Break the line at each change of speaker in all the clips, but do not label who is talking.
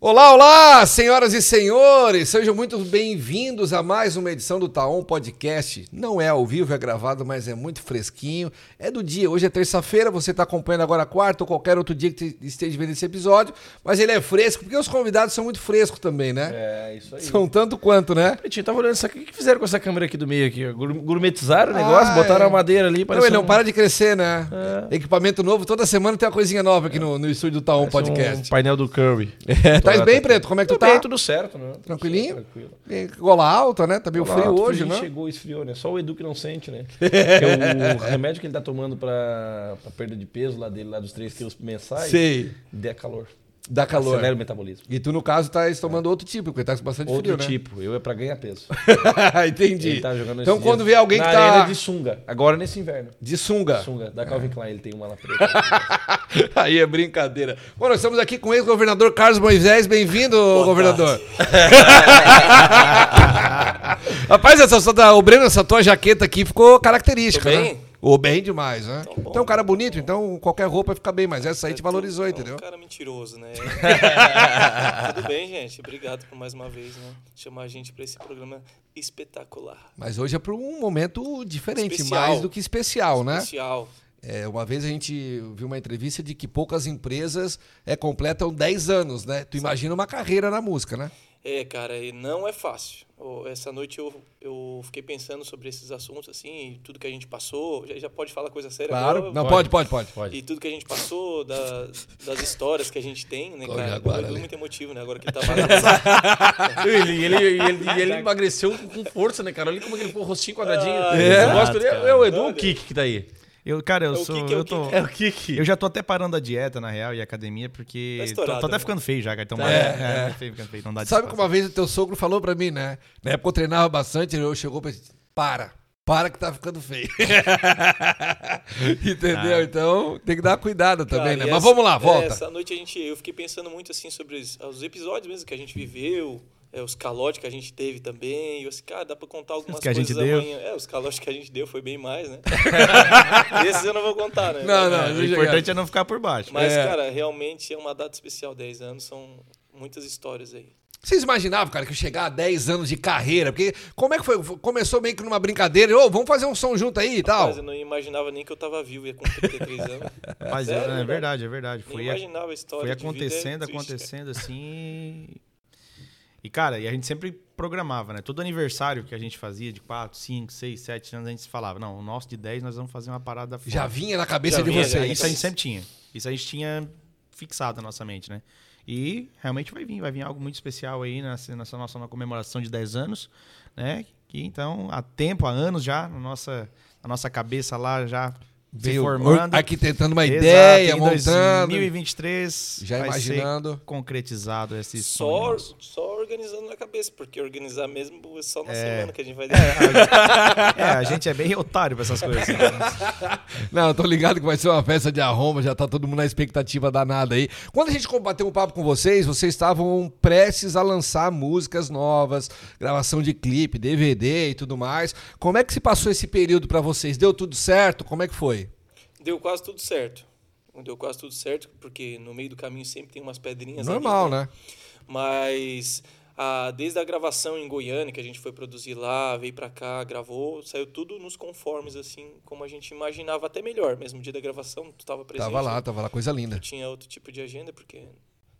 Olá, olá, senhoras e senhores, sejam muito bem-vindos a mais uma edição do Taon Podcast. Não é ao vivo, é gravado, mas é muito fresquinho. É do dia, hoje é terça-feira, você está acompanhando agora quarta ou qualquer outro dia que te- esteja vendo esse episódio, mas ele é fresco, porque os convidados são muito frescos também, né?
É, isso aí.
São tanto quanto, né?
Pretinho, tava olhando isso aqui. O que fizeram com essa câmera aqui do meio aqui? Gour- Gourmetizaram o negócio,
Ah,
botaram
é.
a madeira ali,
Não,
parece
ele não
um- É.
para de crescer, né? Equipamento novo, toda semana tem uma coisinha nova aqui no, no estúdio do Taon
parece
Podcast.
Um painel do Curry.
É, tá
Toyota.
bem, Preto? Como é que tu
Tudo
tá?
bem, tudo certo, né? Tudo
Tranquilinho?
certo, Tranquilo.
Bem, Gola alta, né? Tá meio
Olá,
frio
tu
hoje,
finge
né?
que Chegou, esfriou, né? Só o Edu que não sente, né? Que é o remédio que ele tá tomando pra, pra perda de peso lá dele, lá dos 3 quilos mensais,
Sei.
dê calor.
Dá calor.
Acelera o metabolismo.
E tu, no caso, tá tomando outro tipo, porque tá com bastante
É. Outro
frio,
tipo, eu é pra ganhar peso.
né? Entendi.
Ele tá jogando
então,
esses
quando
dias
vê alguém que
na
tá
arena de
de,
sunga, agora nesse inverno.
sunga,
Sunga, da Calvin Klein, ele tem uma lá preta.
aí é brincadeira. Bom, nós estamos aqui com o ex-governador Carlos Moisés. Bem-vindo, governador. Rapaz, essa, sua- da- o Breno, essa tua jaqueta aqui ficou característica,
Tô bem?
né? Ou bem demais, né?
bom.
Então, um cara bonito, então qualquer roupa fica bem, mas essa aí te valorizou,
É um
entendeu?
cara mentiroso, né? Tudo bem, gente. Obrigado por mais uma vez, né? Chamar a gente pra esse programa espetacular.
Mas hoje é para um momento diferente,
Especial.
mais do que especial, né?
Especial.
É, uma vez a gente viu uma entrevista de que poucas empresas é, completam 10 anos, né? Tu imagina uma carreira na música, né?
É, cara, e não é fácil. Ô, Essa noite eu, eu fiquei pensando sobre esses assuntos, assim, e tudo que a gente passou. Já, já pode falar coisa séria
Claro.
agora?
Não, pode, pode, pode.
Pode.
E tudo que a gente passou, da- das histórias que a gente tem, né,
Olha
cara?
agora,
Foi
Ale.
muito emotivo, né? Agora que ele tá mais...
Ele, ele, ele, ele emagreceu com força, né, cara? Olha como ele ficou o rostinho quadradinho.
é?
Eu gosto dele.
Exato,
É o Edu ou o
Olha.
Kik que tá aí?
Eu, cara, eu
É o
sou.
Kiki, é o
eu, tô,
Kiki. É
o Kik.
eu já tô até parando a dieta, na real, e a academia, porque.
Tá
tô-
estourado,
tô, até
né?
ficando feio já, cara. Então,
Tá,
é,
é,
é, feio, ficando feio, não dá
Sabe que
desculpa.
uma vez o teu sogro falou pra mim, né? Na época eu treinava bastante, eu chegou pra gente, para, para que tá ficando feio. Entendeu? Então tem que dar cuidado também,
Ah. Cara,
né?
e
Mas
essa-
vamos lá,
é,
volta.
essa noite a gente, eu fiquei pensando muito assim sobre os, os episódios mesmo que a gente viveu, é, os calotes que a gente teve também. E eu assim, cara, dá pra contar algumas
que a
coisas
gente deu.
amanhã. É, os calotes que a gente deu foi bem mais, né? Esses eu não vou contar, né?
Não, não,
O
deixa eu
importante é não ficar por baixo.
Mas,
É.
cara, realmente é uma data especial, 10 anos, são muitas histórias aí.
Vocês imaginavam, cara, que eu chegar a 10 anos de carreira? Porque como é que foi? Começou meio que numa brincadeira, ô, vamos fazer um som junto aí e tal.
Mas eu não imaginava nem que eu tava vivo, ia com 33 anos.
Mas
Sério,
é,
velho?
verdade, é verdade.
Nem
Foi, a-
imaginava a história.
foi
de vida, é
acontecendo,
triste, cara.
acontecendo assim. E, cara, e a gente sempre programava, né? Todo aniversário que a gente fazia, de 4, 5, 6, 7 anos, a gente falava: não, o nosso de 10 nós vamos fazer uma parada foda.
Já vinha na cabeça
Já
de
vinha, já
vocês.
vinha. é
Isso a gente sempre tinha. Isso a gente tinha fixado na nossa mente, né? E realmente vai vir, vai vir algo muito especial aí nessa, nessa nossa comemoração de 10 anos, né? Que então, há tempo, há anos já, na nossa, na nossa cabeça lá já se
Veio
formando.
or- arquitetando uma
Exato,
ideia,
em
montando,
2023,
já
vai ser
imaginando.
concretizado esse sonho
Só,
nosso.
só organizando na cabeça, porque organizar mesmo é só na semana que a gente vai
É, a gente é bem otário pra essas coisas. né?
Não, eu tô ligado que vai ser uma festa de arromba, já tá todo mundo na expectativa danada aí. Quando a gente bateu um papo com vocês, vocês estavam prestes a lançar músicas novas, gravação de clipe, DVD e tudo mais. Como é que se passou esse período pra vocês? Deu tudo certo? Como é que foi?
Deu quase tudo certo. Deu quase tudo certo, porque no meio do caminho sempre tem umas pedrinhas. ali,
Normal, né?
Mas ah, desde a gravação em Goiânia, que a gente foi produzir lá, veio pra cá, gravou, saiu tudo nos conformes, assim, como a gente imaginava, até melhor. Mesmo dia da gravação, tu tava presente.
Tava lá,
né?
tava lá, coisa linda.
Tu tinha outro tipo de agenda, porque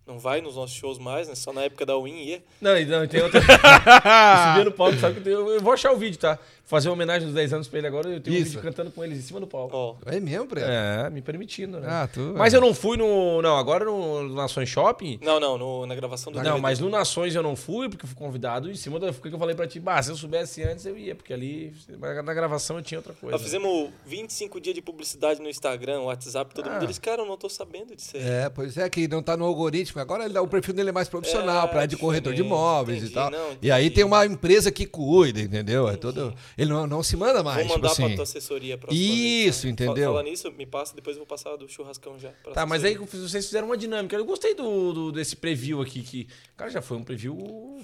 não vai nos nossos shows mais, né? Só na época da Win ia.
Não, e não, e tem outra. Esse dia no palco, sabe que eu, tenho- eu vou achar o vídeo, tá? Fazer uma homenagem dos 10 anos pra ele agora. Eu tenho
Isso.
um vídeo cantando com eles em cima do palco.
Ó,
É mesmo, Preto?
É, me permitindo, né?
Ah, tu.
Mas eu não fui no. Não, agora no Nações Shopping.
Não, não, no- na gravação do
Não,
DVD.
mas no Nações eu não fui, porque eu fui convidado em cima da. Foi que eu falei pra ti, bah, se eu soubesse antes eu ia, porque ali. Na gravação eu tinha outra coisa.
Nós
é.
fizemos 25 dias de publicidade no Instagram, WhatsApp, todo mundo. Eles, cara, eu não tô sabendo disso aí.
Ah. É, pois é, que não tá no algoritmo. Agora ele- o perfil dele é mais profissional,
É,
pra de corretor de
entendi,
imóveis e
entendi,
tal.
não,
e aí
entendi.
tem uma empresa que cuida, entendeu? É todo... Ele não, não se manda mais.
Vou
tipo
mandar
assim.
pra tua assessoria a próxima vez,
Isso,
tá?
entendeu?
Falando nisso, me passa, depois eu vou passar do churrascão já. pra
Tá, mas aí
assessoria.
que vocês fizeram uma dinâmica. Eu gostei do, do- desse preview aqui, que. Cara, já foi um preview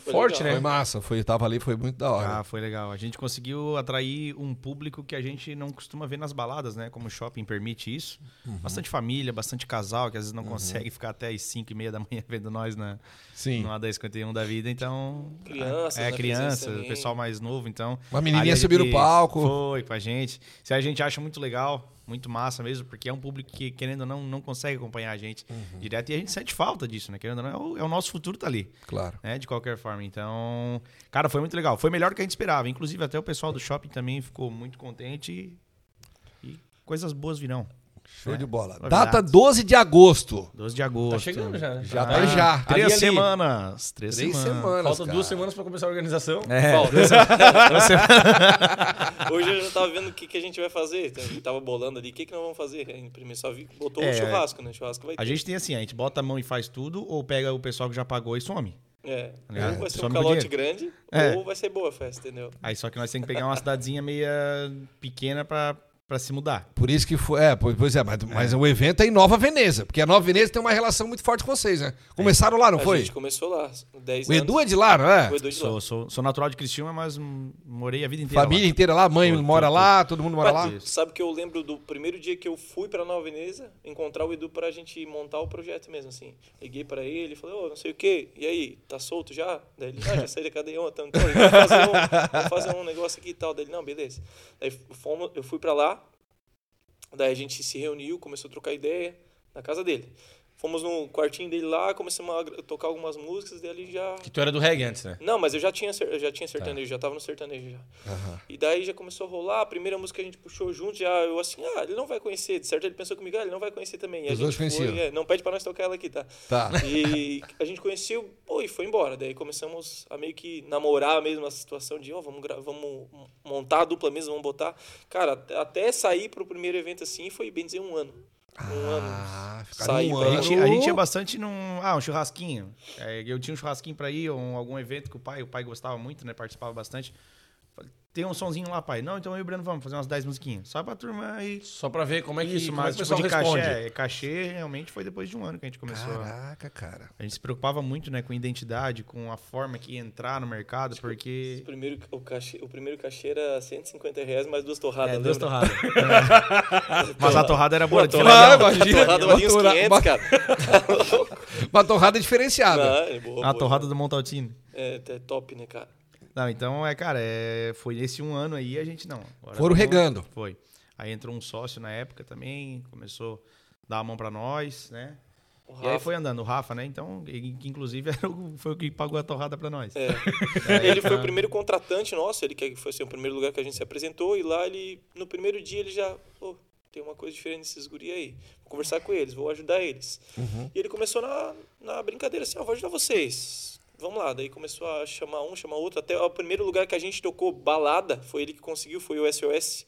Foi
forte,
legal.
Foi
né?
massa, foi, tava ali, foi muito da hora.
Ah, foi legal. A gente conseguiu atrair um público que a gente não costuma ver nas baladas,
Uhum.
né? Como o shopping permite isso. Bastante família, bastante casal, que às vezes não consegue ficar até as 5 e meia da manhã vendo nós na,
Sim.
no A1051 da vida, então.
Crianças,
É,
né,
criança,
presença
o
também.
pessoal mais novo, então.
Uma menininha
Ali a
subir no
gente
palco.
Foi com a gente. Se a gente acha muito legal, muito massa mesmo, porque é um público que, querendo ou não, não consegue acompanhar a gente
Uhum.
direto e a gente sente falta disso, né? Querendo ou não, é o, é o nosso futuro tá ali
Claro.
né? De qualquer forma. Então, cara, foi muito legal. Foi melhor do que a gente esperava. Inclusive, até o pessoal do shopping também ficou muito contente. E, e coisas boas virão.
Show de bola.
Novidades.
Data 12 de agosto.
12 de agosto.
Tá chegando já, né?
Já
Ah,
tá já.
Três
Ali, ali.
semanas. Três,
Três
semanas.
semanas.
Falta duas
cara.
semanas pra começar a organização.
É,
Falta.
duas semanas.
Hoje eu já tava vendo o que, que a gente vai fazer. então, eu Tava bolando ali. O que, que nós vamos fazer? Aí, Primeiro só vi, botou
É.
um churrasco, né? Churrasco vai ter.
A gente tem assim, a gente bota a mão e faz tudo, ou pega o pessoal que já pagou e some.
É.
É,
Ou vai ser
some
um
com
calote grande,
É.
ou vai ser boa a festa, entendeu?
Aí só que nós temos que pegar uma cidadezinha meia pequena pra, pra se mudar.
Por isso que foi. É, po- pois é, mas, mas o evento é em Nova Veneza, porque a Nova Veneza tem uma relação muito forte com vocês, né? Começaram lá, não
É. a
foi?
gente começou lá. 10
O Edu
anos.
é de lá, não é?
O Edu de lá.
Sou, sou, sou natural de Criciúma, mas hum, morei a vida inteira.
Família inteira lá, mãe
Foi,
mora
foi,
lá, todo mundo mora lá.
Mas tu Sabe que eu lembro do primeiro dia que eu fui pra Nova Veneza encontrar o Edu pra gente montar o projeto mesmo, assim. Liguei pra ele, falei, ô, não sei o quê, e aí, tá solto já? Daí ele, ah, já saí da cadeia ontem, então, vamos fazer, um, vamos fazer um negócio aqui e tal. Daí ele, não, beleza. Daí fomos, eu fui pra lá, daí a gente se reuniu, começou a trocar ideia na casa dele. Fomos no quartinho dele lá, começamos a gra- tocar algumas músicas, daí ele já...
Que tu era do reggae antes, né?
Não, mas eu já tinha, ser- eu já tinha
Tá.
sertanejo, já tava no sertanejo já. E daí já começou a rolar, a primeira música que a gente puxou junto, já eu assim, ah, ele não vai conhecer, de certo ele pensou comigo, ah, ele não vai conhecer também. E a
Os dois
gente foi,
conheciam.
é, não pede pra nós tocar ela aqui, tá?
Tá.
E a gente conheceu, pô, e foi embora. Daí começamos a meio que namorar mesmo a situação de, ó, vamos, gra- vamos montar a dupla mesmo, vamos botar. Cara, at- até sair pro primeiro evento assim foi bem dizer um ano. Um ano.
Ah, ficaram
Saiu
um
pra-
ano.
A gente, a gente ia bastante num. Ah, um churrasquinho. É, eu tinha um churrasquinho pra ir, ou um- algum evento que o pai, o pai gostava muito, né? Participava bastante. Falei, Tem um sonzinho lá, pai. Não, então eu e o Breno vamos fazer umas 10 musiquinhas. Só pra turma aí.
Só pra ver como é que,
Isso,
como é
mas
que o
tipo
pessoal
de
responde.
cachê. é, Cachê realmente foi depois de um ano que a gente começou. a-
Caraca, cara.
A gente se preocupava muito, né, com identidade, com a forma que ia entrar no mercado,
O
porque.
primeiro, o, cachê, o primeiro cachê era 150 reais mais duas torradas,
É,
lembra?
duas torradas.
Mas a torrada era boa. de
Claro,
filé mignon.
imagina.
torrada valia uns
Torra-
500, cara. Tá louco?
Uma torrada diferenciada.
Não, é boa,
A
boa.
torrada do Montaltini.
É, é top, né, cara?
Não, então é, cara, é, foi nesse um ano aí a gente não.
Foram
Agora vamos-
regando.
Foi. Aí entrou um sócio na época também, começou a dar a mão pra nós, né?
O
E aí
Rafa-
foi andando, o Rafa, né? Então, ele- que inclusive era o- foi o que pagou a torrada pra nós.
É. Ele
tá.
foi o primeiro contratante nosso, ele que foi assim, o primeiro lugar que a gente se apresentou, e lá ele, no primeiro dia, ele já. "Ô, tem uma coisa diferente nesses guri aí. Vou conversar com eles, vou ajudar eles.
Uhum.
E ele começou na, na brincadeira assim, ó, vou ajudar vocês. Vamos lá. Daí começou a chamar um, chamar outro. Até o primeiro lugar que a gente tocou balada, foi ele que conseguiu, foi o SOS,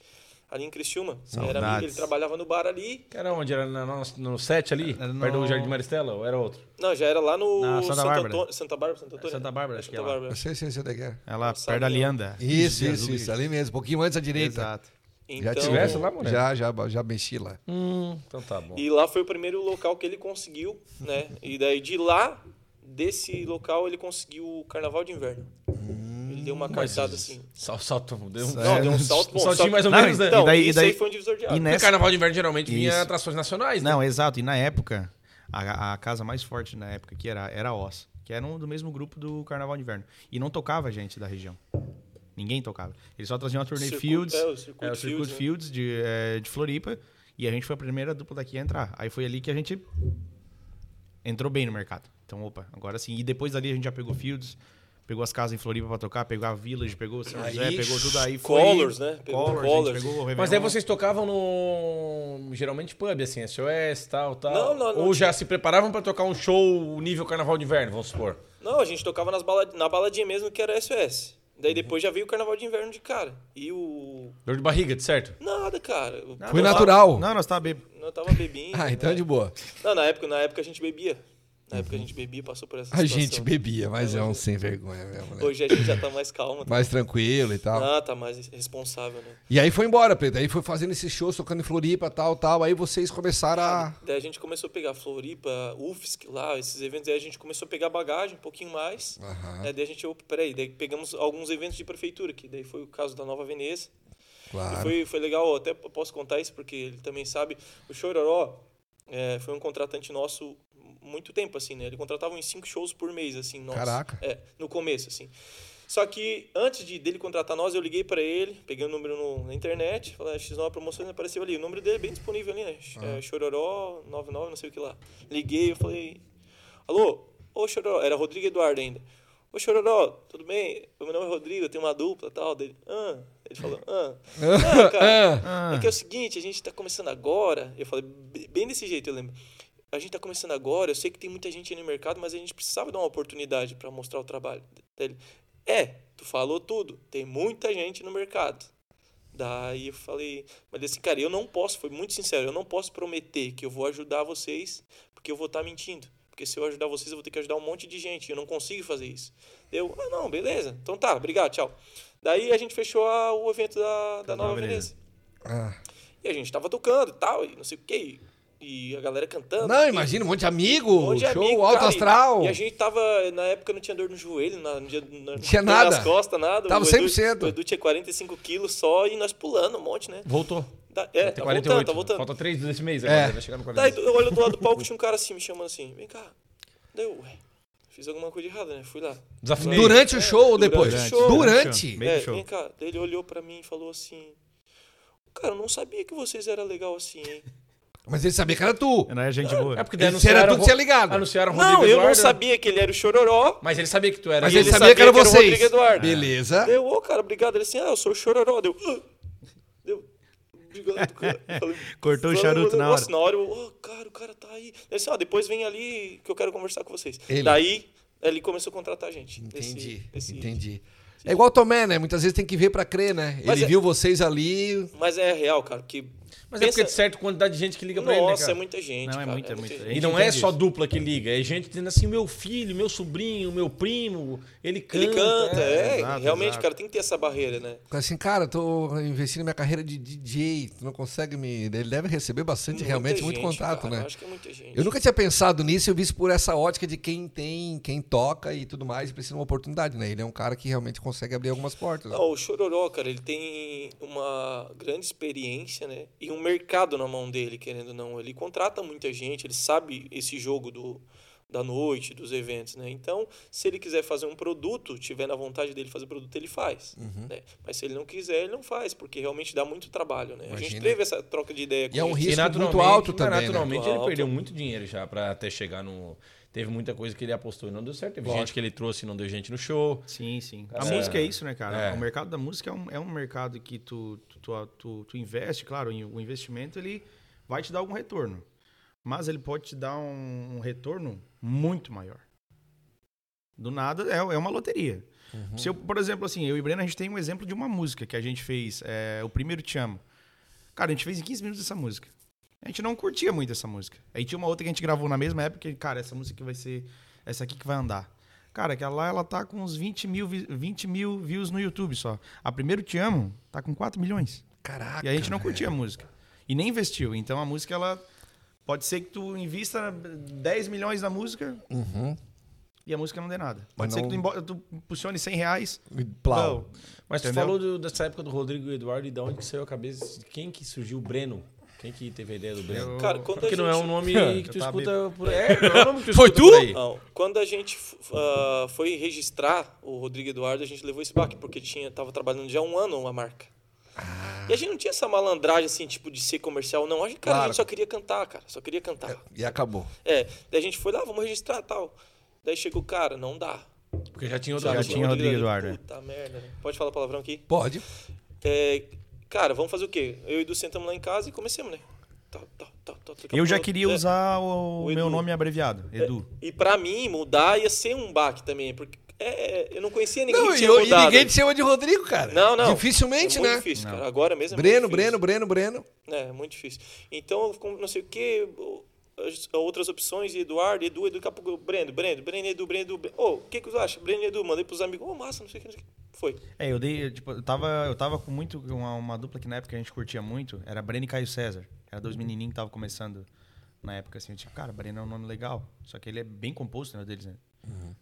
ali em Criciúma. Era amigo, ele
Saudades.
trabalhava no bar ali.
Era onde? Era na nossa- no set ali?
Era no-
Perto do Jardim Maristela? Ou era outro?
Não, já era lá no
Na Santa Bárbara.
Antônio- Santa Bárbara, Santa Antônio?
Santa Bárbara, acho que é lá.
Eu sei, sei, sei onde é que é.
Ela
Sabe,
perde da
né?
Lianda.
Isso, isso,
Jesus.
isso. Ali mesmo, um pouquinho antes à direita.
Exato.
Já
Então-
tivesse lá, Moreno?
Já, já, já mexi lá.
Hum, então tá bom.
E lá foi o primeiro local que ele conseguiu, né? E daí de lá, desse local, ele conseguiu o Carnaval de Inverno. Ele deu uma cartada assim.
Sal, salto, deu
é
um...
Não, deu um salto bom.
Saltinho
só que-
mais ou
Não,
menos, né?
Então,
E daí- e
isso
daí-
aí foi um divisor de águas.
E
No
nessa...
Carnaval de Inverno geralmente vinha
Isso.
atrações nacionais, né?
Não, exato. E na época, a, a casa mais forte na época que era, era a Oz, que era um do mesmo grupo do Carnaval de Inverno. E não tocava gente da região. Ninguém tocava. Eles só traziam a Turney
Circuito-
Fields,
é, o Circuito
é, o Circuito
Fields, né?
Fields de, é, de Floripa, e a gente foi a primeira dupla daqui a entrar. Aí foi ali que a gente entrou bem no mercado. Então, opa, agora sim. E depois dali a gente já pegou Fields, pegou as casas em Floripa pra tocar, pegou a Village, pegou o São
Aí,
José, pegou tudo aí. Foi
Colors, né? Pegou
Colors, A
Colors.
gente pegou o
Mas aí
um-
Réveillon.
vocês tocavam no. geralmente pub, assim, SOS, tal, tal.
Não, não, não
Ou já se preparavam pra tocar um show nível Carnaval de Inverno, vamos supor.
Não, a gente tocava nas balad... na baladinha mesmo, que era SOS. Daí depois já veio o Carnaval de Inverno de cara. E o...
Dor de barriga, de certo?
Nada, cara. Eu-
Foi
eu tava-
natural.
Não, nós tava bêbado.
Eu tava bebinho.
Ah, então é
né?
de boa.
Não, na época, na época a gente bebia. Na época a gente bebia, passou por essa
A gente
situação.
bebia, mas é um sem vergonha mesmo, né?
Hoje a gente já tá mais calmo. Tá?
Mais tranquilo e tal.
Ah, tá mais responsável, né?
E aí foi embora, Preto. Aí foi fazendo esse show, tocando em Floripa, tal, tal. Aí vocês começaram a.
Daí a gente começou a pegar Floripa, UFSC lá, esses eventos. Aí a gente começou a pegar bagagem um pouquinho mais.
Aham,
Né? Daí a gente, opa, peraí, daí pegamos alguns eventos de prefeitura, que daí foi o caso da Nova Veneza. E
claro.
foi, foi legal, eu até posso contar isso, porque ele também sabe. O Chororó é, foi um contratante nosso muito tempo, assim, né? Ele contratava uns cinco shows por mês, assim, nós.
Caraca.
É, no começo, assim. Só que antes de, dele contratar nós, eu liguei para ele, peguei o número no- na internet, falei, X9 promoções, apareceu ali. O número dele é bem disponível ali, né? É, Chororó 99, não sei o que lá. Liguei, eu falei, alô, ô Chororó, era Rodrigo Eduardo ainda. Ô Chororó, tudo bem? O meu nome é Rodrigo, eu tenho uma dupla e tal. Dele, ah. Ele falou, ah. ah, cara, é que é o seguinte, a gente tá começando agora. Eu falei, b- bem desse jeito, eu lembro. A gente tá começando agora, eu sei que tem muita gente aí no mercado, mas a gente precisava dar uma oportunidade para mostrar o trabalho dele. É, tu falou tudo, tem muita gente no mercado. Daí eu falei, mas assim, cara, eu não posso, foi muito sincero, eu não posso prometer que eu vou ajudar vocês, porque eu vou estar mentindo. Porque se eu ajudar vocês, eu vou ter que ajudar um monte de gente, eu não consigo fazer isso. Eu, ah, não, beleza, então tá, obrigado, tchau. Daí a gente fechou a- o evento da, da Nova Veneza.
Ah.
E a gente tava tocando e tal, e não sei o quê, e, e a galera cantando.
Não,
e-
imagina, um monte de amigo,
um monte de
show
amigo,
alto
cara, e-
astral.
E a gente tava, na época não tinha dor no joelho, na, não tinha, na-
Tinha
dor
nada.
nas costas, nada.
Tava
o
100%.
Edu, o Edu tinha 45 quilos só e nós pulando um monte, né?
Voltou.
Da- é,
Até
tá voltando, tá voltando. Tá,
Falta três desse mês
É.
agora, vai chegar no
Daí
45.
eu olho do lado do palco, tinha um cara assim, me chamando assim, vem cá. Daí eu, ué, fiz alguma coisa errada, né? Fui lá.
Desafinei.
Durante o show ou
É, durante
depois?
o show.
Durante.
Meio
é,
do show.
vem cá. Daí ele olhou pra mim e falou assim, cara, eu não sabia que vocês eram legal assim, hein?
Mas ele sabia que era tu.
Não é gente boa.
É porque daí
Ele era
anunciaram.
tudo que tinha ligado.
Anunciaram o Rodrigo
então- Não, eu não
Eduardo, né?
sabia que ele era o Chororó.
Mas ele sabia que tu era.
Mas
E
ele
ele
sabia que era
sabia que era o
vocês.
Rodrigo Eduardo.
Beleza.
Deu, ô, cara, obrigado. Ele assim, ah, eu sou o Chororó. Deu, "Ah." deu. Obrigado, cara. Falei,
Cortou
falei,
o charuto na
Nossa,
hora.
na hora eu, ô, cara, o cara tá aí. Ele assim, ó, depois vem ali que eu quero conversar com vocês.
Ele.
Daí, ele começou a contratar a gente. Nesse-
Entendi,
nesse-
entendi. É igual Tomé, né? Muitas vezes tem que ver pra crer, né?
Mas
ele
é-
viu vocês ali.
Mas é real, cara, porque...
Mas é porque de certo quantidade de gente que liga pra ele, né,
Nossa,
cara?
é muita gente,
Não, é
cara,
muita, muita gente.
E não é só dupla que liga, é gente dizendo assim, meu filho, meu sobrinho, meu primo, ele canta.
Ele canta, é,
exato,
realmente,
exato.
cara, tem que ter essa barreira, né?
Fala Assim, cara, eu tô investindo na minha carreira de DJ. Tu não consegue me. Ele deve receber bastante,
Muita
realmente, muito
gente,
contato,
cara,
né?
Acho que é muita gente.
Eu nunca tinha pensado nisso, eu vi isso por essa ótica de quem tem, quem toca e tudo mais, e precisa de uma oportunidade, né? Ele é um cara que realmente consegue abrir algumas portas. né?
Não, Ah, o Chororó, cara, ele tem uma grande experiência, né? E um mercado na mão dele, querendo ou não. Ele contrata muita gente, ele sabe esse jogo do, da noite, dos eventos, né? Então, se ele quiser fazer um produto, tiver na vontade dele fazer produto, ele faz.
Uhum.
né? Mas se ele não quiser, ele não faz, porque realmente dá muito trabalho, né? A
Imagina.
gente teve essa troca de ideia com
E é um
ele.
risco
naturalmente-
muito alto
mas
também, né?
Naturalmente,
Muito
ele
alto.
perdeu muito dinheiro já pra até chegar no. Teve muita coisa que ele apostou e não deu certo. Teve gente que ele trouxe e não deu gente no show.
Sim, sim. A
É.
música é isso, né, cara?
É.
O mercado da música é um, é um mercado que tu, tu, tu, tu- tu investe, claro, em- o investimento ele vai te dar algum retorno. Mas ele pode te dar um, um retorno muito maior. Do nada é, é uma loteria. Se eu, por exemplo, assim, eu e Breno, a gente tem um exemplo de uma música que a gente fez, é, o primeiro Te Amo. Cara, a gente fez em 15 minutos essa música. A gente não curtia muito essa música. Aí tinha uma outra que a gente gravou na mesma época, que, cara, essa música vai ser. Essa aqui que vai andar. Cara, aquela lá ela tá com uns 20 mil, vi- 20 mil views no YouTube só. A primeiro Te Amo tá com 4 milhões.
Caraca.
E a gente não
velho.
curtia a música. E nem investiu. Então a música, ela. Pode ser que tu invista 10 milhões na música
Uhum.
e a música não dê nada. Pode
Mas
ser
não-
que tu, embo- tu impulsione 100 reais.
E Plau.
Não.
Mas tu
Entendeu?
falou do- dessa época do Rodrigo e Eduardo e de onde que saiu a cabeça. de Quem que surgiu o Breno? Quem que teve a ideia do Breno?
Cara, quando a
Porque não é
gente-
um nome que tu
Eu tava
escuta por aí. É, não é um nome que tu
Foi
escuta
tu?
por aí.
Não, quando a gente ah, foi registrar o Rodrigo Eduardo, a gente levou esse baque, porque tinha, tava trabalhando já há um ano a marca.
Ah.
E a gente não tinha essa malandragem, assim, tipo, de ser comercial, não. A gente, cara, a
Claro.
gente só queria cantar, cara. Só queria
É.
cantar.
E acabou.
É, daí a gente foi lá, vamos registrar tal. Daí chegou o cara, não dá.
Porque já tinha outra
Já
dupla.
tinha Rodrigo Eduardo,
Puta merda. né? Pode falar palavrão aqui?
Pode.
É, cara, vamos fazer o quê? Eu e o Edu sentamos lá em casa e começamos, né? tá, Tal, tal, tal, tal. Daqui a
Eu já
pouco-
queria
É.
usar o, É.
o
meu
Edu.
nome abreviado, Edu.
E pra mim, mudar ia ser um baque também, porque é, é, eu não conhecia ninguém
Não,
que
e,
tinha
eu- e
mudado.
ninguém te chama de Rodrigo, cara.
Não, não.
Dificilmente,
é
né?
Muito difícil, cara. Agora mesmo é
Breno,
muito
Breno,
difícil.
Breno, Breno.
É, é muito difícil. Então, eu com- não sei o quê, as- outras opções, Eduardo, Edu, Edu, daqui a pouco, eu, Breno, Breno, Breno, Edu, Breno, Edu. Bre- Ô, o que que tu acha? Breno, Edu, mandei pros amigos. Ô, massa, não sei o que, não sei o que. Foi.
É, eu dei, tipo, eu tava, eu tava com muito uma, uma dupla que na época a gente curtia muito, era Breno e Caio César. Era dois menininhos que estavam começando na época assim, eu tipo, cara, Breno é um nome legal, só que ele é bem composto, né, deles, né?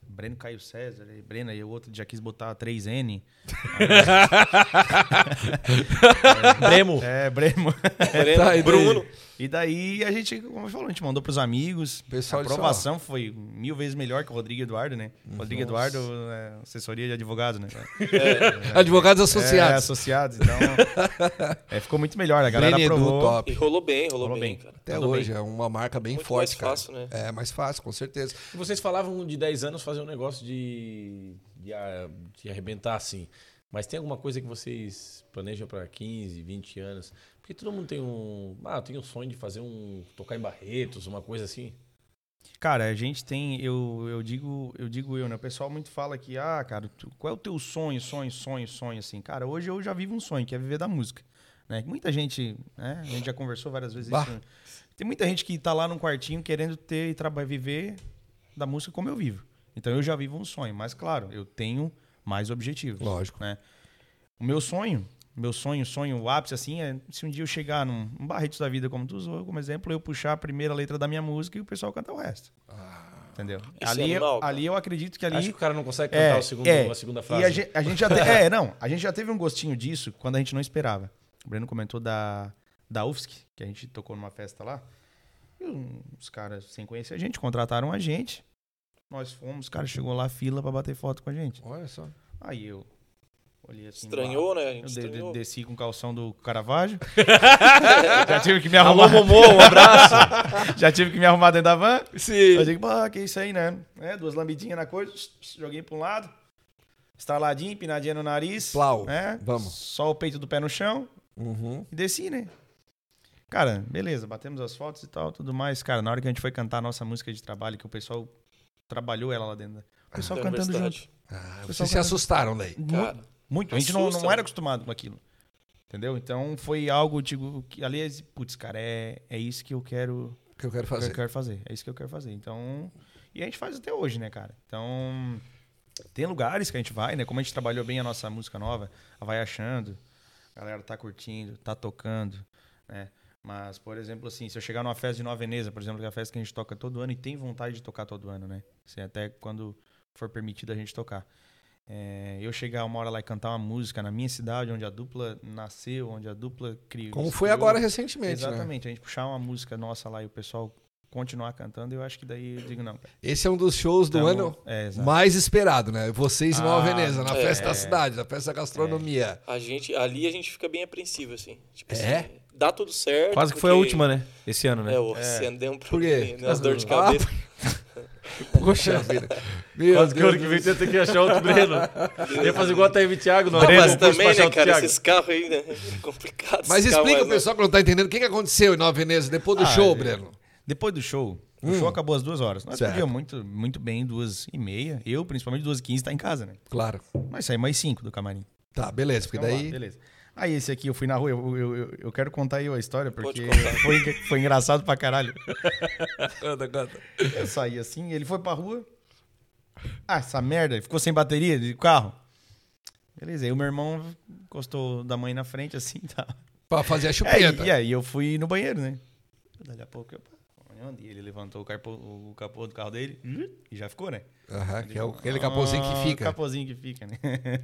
Breno Caio César, e Breno e o outro já quis botar 3N.
Bremo.
É, Breno.
Breno,
Tá, e daí?
Bruno.
É, E daí a gente, como eu falou, a gente mandou pros amigos.
Pessoal
a
disse, ó.
aprovação foi mil vezes melhor que o Rodrigo Eduardo, né? Rodrigo Eduardo, é, assessoria de advogado, né?
Advogados
É,
associados.
associados. Então, é, ficou muito melhor. A galera
Venedu,
aprovou.
E
top.
rolou bem, rolou,
Rolou
bem,
bem.
cara.
Até
Tudo
hoje, é uma marca bem
Muito
forte,
mais
cara.
fácil, né?
É mais fácil, com certeza.
Vocês falavam de 10 anos fazer um negócio de, de, a- de arrebentar assim. Mas tem alguma coisa que vocês planejam para 15, 20 anos? Porque todo mundo tem um. Ah, eu tenho um sonho de fazer um. tocar em Barretos, uma coisa assim.
Cara, a gente tem, eu, eu digo, eu digo eu, né? O pessoal muito fala que, ah, cara, tu- qual é o teu sonho, sonho, sonho, sonho, assim. Cara, hoje eu já vivo um sonho, que é viver da música, né? Muita gente, né? A gente já conversou várias vezes
Bah.
isso. né? Tem muita gente que tá lá num quartinho querendo ter e traba- viver da música como eu vivo. Então eu já vivo um sonho, mas claro, eu tenho mais objetivos.
Lógico.
Né? O meu sonho, meu sonho, sonho, o ápice, assim, é se um dia eu chegar num, num barreto da vida como tu usou, como exemplo, eu puxar a primeira letra da minha música e o pessoal cantar o resto. Entendeu?
Isso
ali,
é
eu-
animal, cara.
ali eu acredito que
Ah.
ali. é,
Acho que o cara não consegue cantar o segundo, a segunda frase.
E a gente, a gente já te- é, não, a gente já teve um gostinho disso quando a gente não esperava. O Breno comentou da, da UFSC, que a gente tocou numa festa lá. E um, os caras, sem conhecer a gente, contrataram a gente. Nós fomos, cara, chegou lá a fila pra bater foto com a gente.
Olha só.
Aí eu olhei assim.
Estranhou, né? A gente
Eu de- de-
estranhou.
desci com o calção do Caravaggio. já tive que me arrumar.
um abraço.
já tive que me arrumar dentro da van. Eu
Sim.
digo, bah, que isso aí, né? É, duas lambidinhas na coisa, joguei pra um lado, estaladinho, empinadinha no nariz.
Plau.
né?
Vamos.
Só o peito do pé no chão
Uhum.
e desci, né? Cara, beleza, batemos as fotos e tal, tudo mais. Cara, na hora que a gente foi cantar a nossa música de trabalho, que o pessoal trabalhou ela lá dentro. né? O pessoal
da
cantando junto.
universidade.
Ah,
Pessoal,
vocês se assustaram daí.
Mu-
Cara,
Muito. A gente não,
Assusta,
não era
né?
acostumado com aquilo. Entendeu? Então foi algo, digo, que ali, putz, cara, é, é isso que eu quero
O que eu quero
que
fazer?
eu quero fazer. É isso que eu quero fazer. Então. E a gente faz até hoje, né, cara? Então. Tem lugares que a gente vai, né? Como a gente trabalhou bem a nossa música nova, a vai achando, a galera tá curtindo, tá tocando, né? Mas, por exemplo, assim, se eu chegar numa festa de Nova Veneza, por exemplo, que é a festa que a gente toca todo ano e tem vontade de tocar todo ano, né? Assim, até quando for permitido a gente tocar. É, eu chegar uma hora lá e cantar uma música na minha cidade, onde a dupla nasceu, onde a dupla criou.
Como foi
criou,
agora recentemente, né?
Exatamente, a gente puxar uma música nossa lá e o pessoal continuar cantando, eu acho que daí eu digo não. cara.
Esse é um dos shows do
Tamo-
ano
É, exato.
mais esperado, né? Vocês em Nova
Ah,
Veneza, na
é.
festa da cidade, na festa da gastronomia.
a gente, ali a gente fica bem apreensivo, assim. Tipo
É?
assim, dá tudo certo.
Quase que foi a
porque-
última, né? Esse ano, né?
É, o Oceano deu um
Por quê?
problema. Nas dor de
Ah,
cabeça.
Poxa vida. Meu
Quase que o
Deus
ano que
do
vem você tem que achar outro Breno. Eu ia fazer igual a Taíve Thiago.
Ah, mas também, né, cara? Esses carros aí, né? É complicado.
Mas
esses carros
explica o
mais, né?
pessoal que não tá entendendo o que, que aconteceu em Nova Veneza depois do
Ah,
show,
é.
Breno.
Depois do show, o show acabou às duas horas. Nós
Certo.
podíamos muito, muito bem duas e meia. Eu, principalmente, duas e quinze, tá em casa, né?
Claro.
Mas saí mais cinco do camarim.
Tá, beleza, porque
Vamos lá,
daí.
Então beleza. Aí esse aqui, eu fui na rua, eu, eu, eu, eu quero contar eu a história, porque
Pode contar.
foi, foi engraçado pra caralho.
Canta, canta.
Eu saí assim, ele foi pra rua. Ah, essa merda, ele ficou sem bateria de carro. Beleza, aí o meu irmão encostou da mãe na frente assim, tá?
Pra fazer a chupeta.
É, e aí eu fui no banheiro, né? Daí a pouco eu. Onde? Ele levantou o capô, o capô do carro dele e já ficou, né?
Aham, Hum? que é o- aquele capozinho
Ah,
que fica.
Capozinho que fica, né?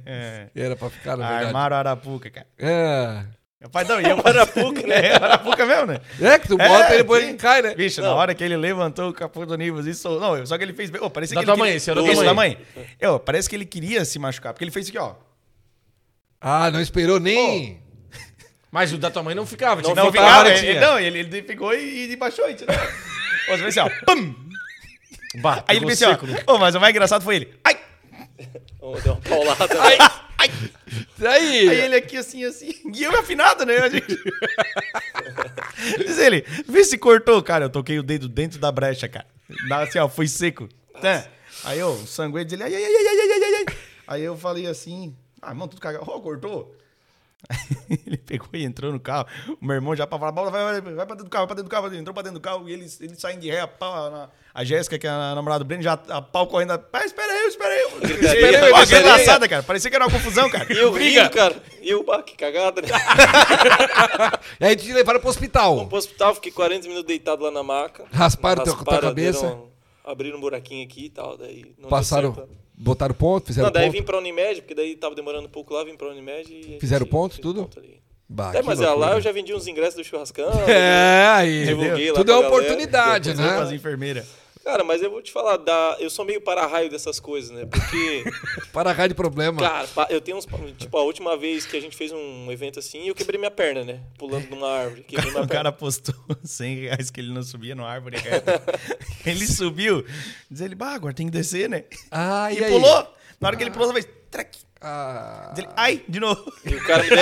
É.
Era pra ficar, na verdade.
Armaram a Arapuca, cara.
É.
Meu pai não, e eu Arapuca, né? É, Arapuca mesmo, né?
É, que tu bota
É,
e depois
sim.
ele cai, né?
Bicho, na hora que ele levantou o capô do Nivus, isso. Não, só que ele fez. bem- Oh, parecia
Da
que
tua
ele
mãe,
queria-
esse era da
Isso,
mãe.
da mãe. Eu, parece que ele queria se machucar, porque ele fez isso aqui, ó.
Ah, não esperou nem.
Mas o da tua mãe não ficava. Tinha
Não,
que
não
botar a
ficava,
né?
baratinha.
ele, não, ele, ele pegou e, e baixou e tirou. Ou você fez assim, ó. Pum!
Bah,
Aí ele
pegou
fez assim,
seco, né?
ó. Oh, mas o mais engraçado foi ele. Ai!
Ó, Deu uma paulada. né?
Daí.
Aí ele aqui assim, assim. E eu afinado, né? A gente- Diz ele, vê se cortou, cara. Eu toquei o dedo dentro da brecha, cara. Dá Assim, ó, foi seco. Tá. Aí eu, sanguei dele, ai, ai, ai, ai, ai, ai, ai, ai. Aí eu falei assim, ah, irmão, tudo cagado. Ó, cortou. ele pegou e entrou no carro. O meu irmão já pra falar, bola, vai, vai, vai pra dentro do carro, vai pra dentro do carro. Ele entrou pra dentro do carro e eles, eles saem de ré, a pau. na- a Jéssica, que é a namorada do Breno, já a pau correndo. Ah, espera aí, espera aí. Espera aí,
Espera aí,
Ó, que
espera aí.
engraçada, cara. Parecia que era uma confusão, cara.
E eu rindo, cara. E eu, bah, que cagada, né?
E aí te levaram pro hospital.
Fomos pro hospital, fiquei 40 minutos deitado lá na maca.
Rasparam teu- tua cabeça?
deram- abriram um buraquinho aqui e tal. Daí não deu
Passaram.
certo.
Botaram ponto, fizeram
Não, daí
ponto.
vim pra Unimed, porque daí tava demorando um pouco lá, vim pra Unimed e. a
Fizeram
gente
ponto,
fez
tudo?
ali.
Bah,
Até,
que
mas é, lá
loucura.
eu já vendi uns ingressos do churrascão.
É, aí.
Divulguei lá
Tudo é
pra galera.
oportunidade,
Depois eu
né?
faço enfermeira.
Cara, mas eu vou te falar, da... eu sou meio para-raio dessas coisas, né? Porque,
Para cá de problema.
cara, pa- eu tenho uns. pa- Tipo, a última vez que a gente fez um evento assim, eu quebrei minha perna, né? Pulando numa árvore. Quebrei minha
O
perna.
cara postou 100 reais que ele não subia no árvore. cara. ele subiu. Diz ele, bah, agora tem que descer, né?
Ah,
E,
e aí?
pulou. Na hora que ele pulou, ela fez... Trac.
Ah.
Diz ele, ai, de novo.
E o cara me deu.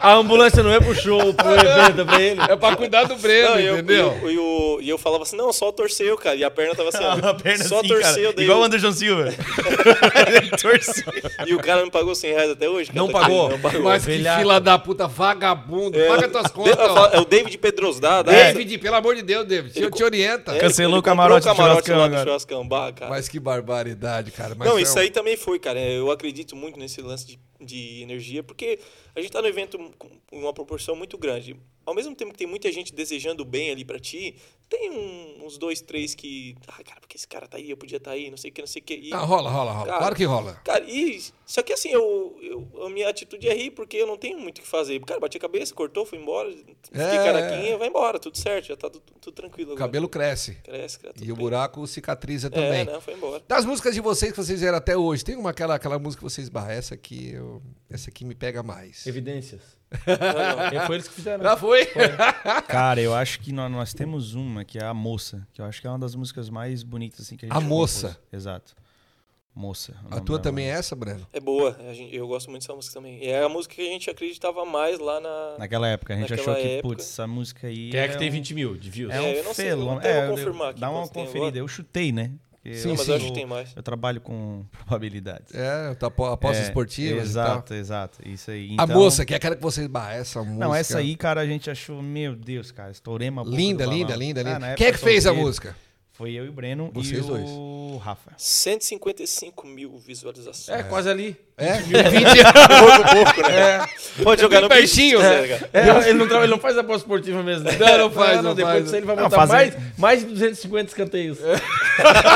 A ambulância não é pro show, pro evento, é pra ele.
É pra cuidar do Breno,
Não, e eu,
entendeu?
e eu- e eu- e eu falava assim, não, só torceu, cara. E a perna tava assim, ó,
A perna
só
assim,
torceu.
cara.
daí
Igual o
eu-
Anderson Silva. ele torceu.
E o cara me pagou 100 reais até hoje. cara.
Não
Tá aqui,
pagou.
Não pagou.
Mas que
velhaco.
fila da puta, vagabundo. Paga tuas
É. De-
contas,
eu falo,
ó.
É o David Pedrosdá, né?
David, pelo amor de Deus, David. Eu
Ele
te orienta.
É, ele-
Cancelou
ele
o camarote
comprou
do churrascão
lá
agora.
churrascão. Bah, cara.
Mas que barbaridade, cara. Mas
não,
é
isso
um-
aí também foi, cara. Eu acredito muito nesse lance de, de energia, porque a gente tá no evento com uma proporção muito grande. Ao mesmo tempo que tem muita gente desejando bem ali pra ti, tem um- uns dois, três que. Ah, cara, porque esse cara tá aí, eu podia estar aí, não sei o que, não sei o que. E,
Ah, rola, rola, rola.
Cara,
claro que rola.
Cara, e. Só que assim, eu, eu- a minha atitude é rir, porque eu não tenho muito o que fazer. Cara, bati a cabeça, cortou, fui embora, fiquei
É.
caraquinha, vai embora, tudo certo, já tá tudo, tudo tranquilo
O
agora.
cabelo cresce.
Cresce, cara, tudo
E o
bem.
buraco cicatriza também.
É, não, foi embora.
Das músicas de vocês que vocês fizeram até hoje, tem uma aquela, aquela música que vocês barra, essa aqui, eu, essa aqui me pega mais.
Evidências.
Não, não.
É, foi eles que fizeram.
Já foi?
Cara, eu acho que nó- nós, temos uma, que é A Moça, que eu acho que é uma das músicas mais bonitas assim, que a gente
A
compôs.
Moça.
Exato. Moça.
A tua também é essa, Breno?
É boa, a gente- eu gosto muito dessa música também. E é a música que a gente acreditava mais lá na.
Naquela época, a gente
Naquela
achou que,
época.
putz, essa música aí.
Quem é que tem
um-
20 mil de views?
É
É,
um
eu não sei, eu não
felão.
tenho
é,
como confirmar aqui
Dá uma
quantos tem
conferida.
agora.
Eu chutei, né? Porque
Sim,
não, mas eu
sim.
acho que tem mais.
Eu trabalho com probabilidades.
É, tá apo- apostas
É,
esportivas
Exato, exato. Isso aí.
e tal. A
Então-
moça, que é aquela que vocês barra, essa música.
Não, essa aí, cara, a gente achou, meu Deus, cara, estouremos a boca
Linda,
do balão.
linda, linda,
Ah,
linda.
na época
Quem é que fez a
solteiro,
música?
Foi eu e o Breno e
Vocês dois.
o Rafa.
155 mil visualizações.
É, quase ali.
É?
um. né? É, Pode jogar no
pertinho,
né, cara?
É, ele, não, tra- ele não faz aposta esportiva mesmo. né?
Não, não faz, não É.
depois
faz.
disso aí ele vai
Não,
botar
faz-
mais, mais de 250 escanteios.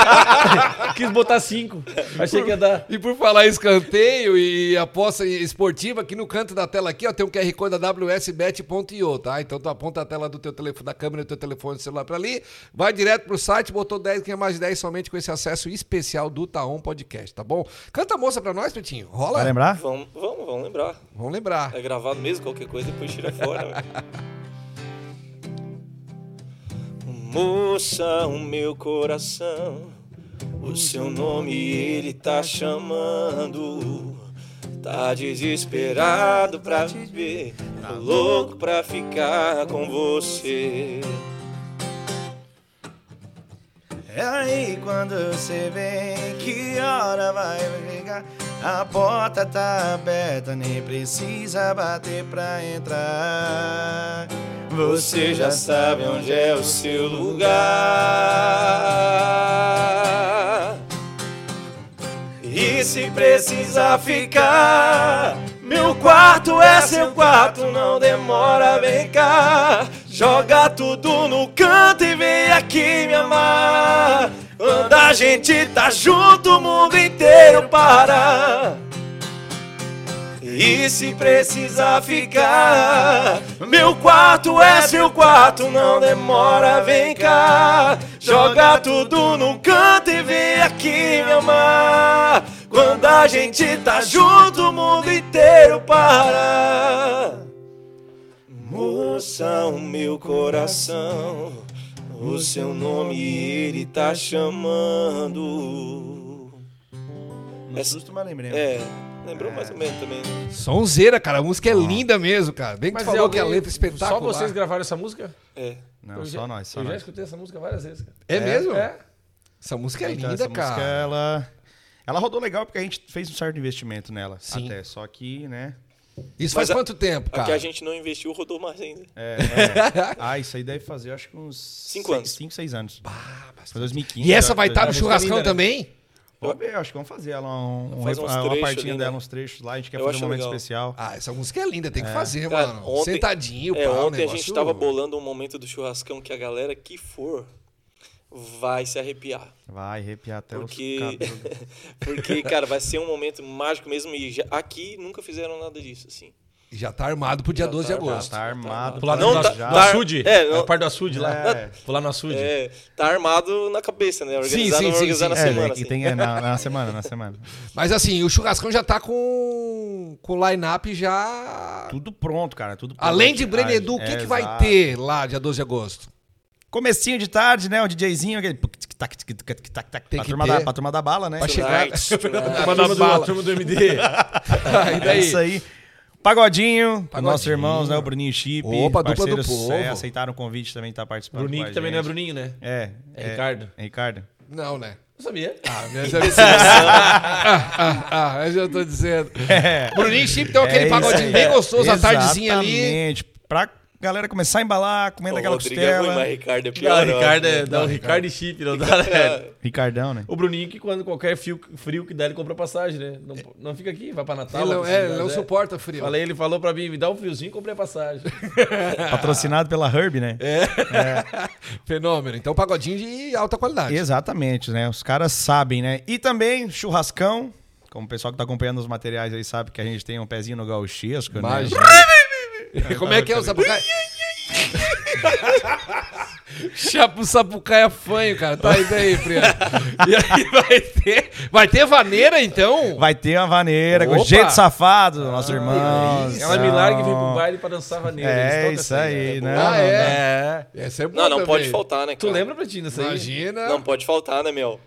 Quis botar 5. Achei que ia dar.
E por falar em escanteio e aposta esportiva, aqui no canto da tela aqui, ó, tem um QR Code da WSBet.io, tá? Então tu aponta a tela do teu telefone, da câmera do teu telefone do celular pra ali, vai direto pro site, botou 10, ganha mais 10 somente com esse acesso especial do Taon Podcast, tá bom? Canta a moça pra nós, Petinho. Rola.
Vai né? lembrar?
Vamos, vamos, vamos lembrar.
Vamos lembrar.
É gravado mesmo, qualquer coisa depois tira fora. velho. Moça, o meu coração, o seu nome ele tá chamando. Tá desesperado pra viver, tá louco pra ficar com você.
É Aí quando você vem, que hora vai chegar? A porta tá aberta, nem precisa bater pra entrar.
Você já sabe onde é o seu lugar. E se precisar ficar, meu quarto é seu quarto, não demora, vem cá. Joga tudo no canto e vem aqui me amar. Quando a gente tá junto, o mundo inteiro para. E se precisar ficar, meu quarto é seu quarto, não demora, vem cá. Joga tudo no canto e vem aqui me amar. Quando a gente tá junto, o mundo inteiro para. Moça, o meu coração, o seu nome ele tá chamando.
Não susto, mas lembrei.
É, lembrou mais ou menos também, né?
Sonzeira, cara. A música é linda mesmo, cara. Bem que tu falou que a
alguém-
letra é espetacular.
Só vocês gravaram essa música?
É.
Não,
Eu
só
já-
nós, só
Eu já
nós.
escutei essa música várias vezes. cara.
É mesmo?
É.
Essa música é
Então,
linda,
essa
cara.
música, ela, ela rodou legal porque a gente fez um certo investimento nela.
Sim.
Até, só que, né?
Isso
Mas
faz
a-
quanto tempo,
A que
cara?
a gente não investiu rodou mais ainda.
É, é. ah, isso aí deve fazer, eu acho que uns...
Cinco
seis-
anos.
Cinco, seis anos. Foi 2015.
E essa vai tá estar no
no...
churrascão
linda, né?
também?
Vamos ver, eu acho que vamos fazer ela um, um,
Faz
rep-
uns
uma
trechos
partinha
ali, né?
dela, uns trechos lá. A gente quer
Eu
fazer um
acho
momento
legal.
especial.
Ah, essa música é linda, tem que fazer,
Cara,
mano.
ontem-
Sentadinho,
É,
pá, o um
ontem a gente
negócio-
tava bolando um momento do churrascão que a galera que for vai se arrepiar.
Vai arrepiar até
Porque-
os cabelos.
Porque, cara, vai ser um momento mágico mesmo. E já- aqui nunca fizeram nada disso, assim.
Já tá armado pro dia
Já
12 de
tá armado.
agosto.
Tá armado.
Pro lado
Não,
do,
tá-
do
tá-
açude.
é,
É,
não-
a parte do açude lá.
É.
Vou lá no açude.
É, tá armado na cabeça, né?
Sim,
Organizado,
sim, sim,
organizado
sim.
na
É,
semana.
é, que
assim.
tem, é, na, na semana, na semana.
Mas assim, o churrascão já tá com com o line-up já...
Tudo pronto, cara. Tudo pronto.
Além de
Ah,
Brenedu, o que,
é,
que vai
exato.
ter lá dia 12 de agosto?
Comecinho de tarde, né? O DJzinho, aquele. tic, tic, tac, tic, tic, tic, tac, tac,
Tem
Pra
que
turma
ter.
da- pra turma da bala, né?
Pra chegar-
Tonight, tonight.
Turma da bala. Turma do MD.
e
É
daí?
isso aí. Pagodinho,
Pagodinho.
nossos irmãos, né? O Bruninho e Chip.
Opa, dupla do
parceiros,
povo.
é, aceitaram o convite também de estar participando.
Bruninho,
com a
que também não é
gente.
Bruninho, né?
É,
É, Ricardo.
é Ricardo.
Não, né?
Não sabia.
Ah, minhas amizades. ah, ah, ah, eu já tô dizendo.
É.
Bruninho e Chip tem aquele
É isso
pagodinho
aí.
bem gostoso, a tardezinha ali.
Exatamente. Pra galera começar a embalar, comendo
O
aquela
Rodrigo é ruim,
costela. né?
mas Ricardo é
Não,
pior.
o Ricardo
eu
é,
acho,
não, o Ricardo e Chip, não dá, né?
Ricardão, né?
O Bruninho que quando qualquer fio- frio que dá, ele compra passagem, né? Não, não fica aqui, vai pra Natal.
Tá
Ele não,
vai
é,
pra
ele
cidade,
né?
não
é.
suporta frio.
Falei, ele falou pra mim, me dá um friozinho e comprei a passagem.
Patrocinado pela Herb, né?
Fenômeno. Então, pagodinho de alta qualidade.
Exatamente, né? Os caras sabem, né? E também churrascão. Como o pessoal que tá acompanhando os materiais aí sabe que a gente tem um pezinho no gauchesco, né?
Imagina. Como é que é o sapucaia? Chapo sapucaia fanho, cara. Tá aí daí, Priano. E aí vai ter. Vai ter vaneira, então?
Vai ter uma vaneira com
Opa!
jeito safado do nosso irmão.
é uma milagre que vem pro baile pra dançar vaneira. eles
É
tocam assim,
isso
essa ideia.
aí, né?
Ah, é?
É.
Essa é boa
Não, não
também.
pode faltar, né, cara?
Tu lembra, Pretinho, dessa aí?
Imagina.
Não pode faltar, né, meu?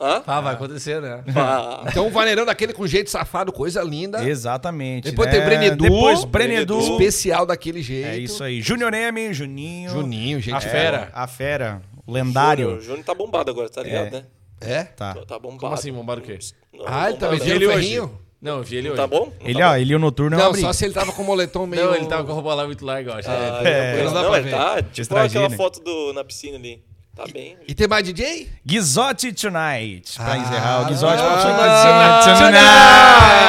Hã? Ah.
Ah, vai acontecer, né?
Pá.
Então, um vaneirão daquele com jeito safado, coisa linda.
Exatamente.
Depois
né?
tem Brenedu.
Depois Brenedu.
Especial daquele jeito.
É isso aí. Junior M, Juninho.
Juninho, gente.
A
boa.
fera. A fera. O lendário.
O Júnior tá bombado agora, tá ligado, né?
É?
Tá.
Tá bombado.
Como assim, bombado o quê?
Não,
Ah, ele tá
bombado.
vi
vendendo
ele hoje.
ferrinho?
Não, eu vi ele
Não
hoje.
Tá bom?
Ele, ó, ele e o Noturno é
Não,
uma briga.
só se ele tava com o moletom meio...
Não, ele tava com a roupa lá muito larga, eu acho.
Ah,
é,
não,
não dá
não
pra
ele
ver.
tá tipo
Estradinha,
aquela
né?
foto do, na piscina ali. Tá bem.
E tem mais DJ?
Guizote Tonight. Pra
Ah,
encerrar o Guizote.
ah,
Tonight.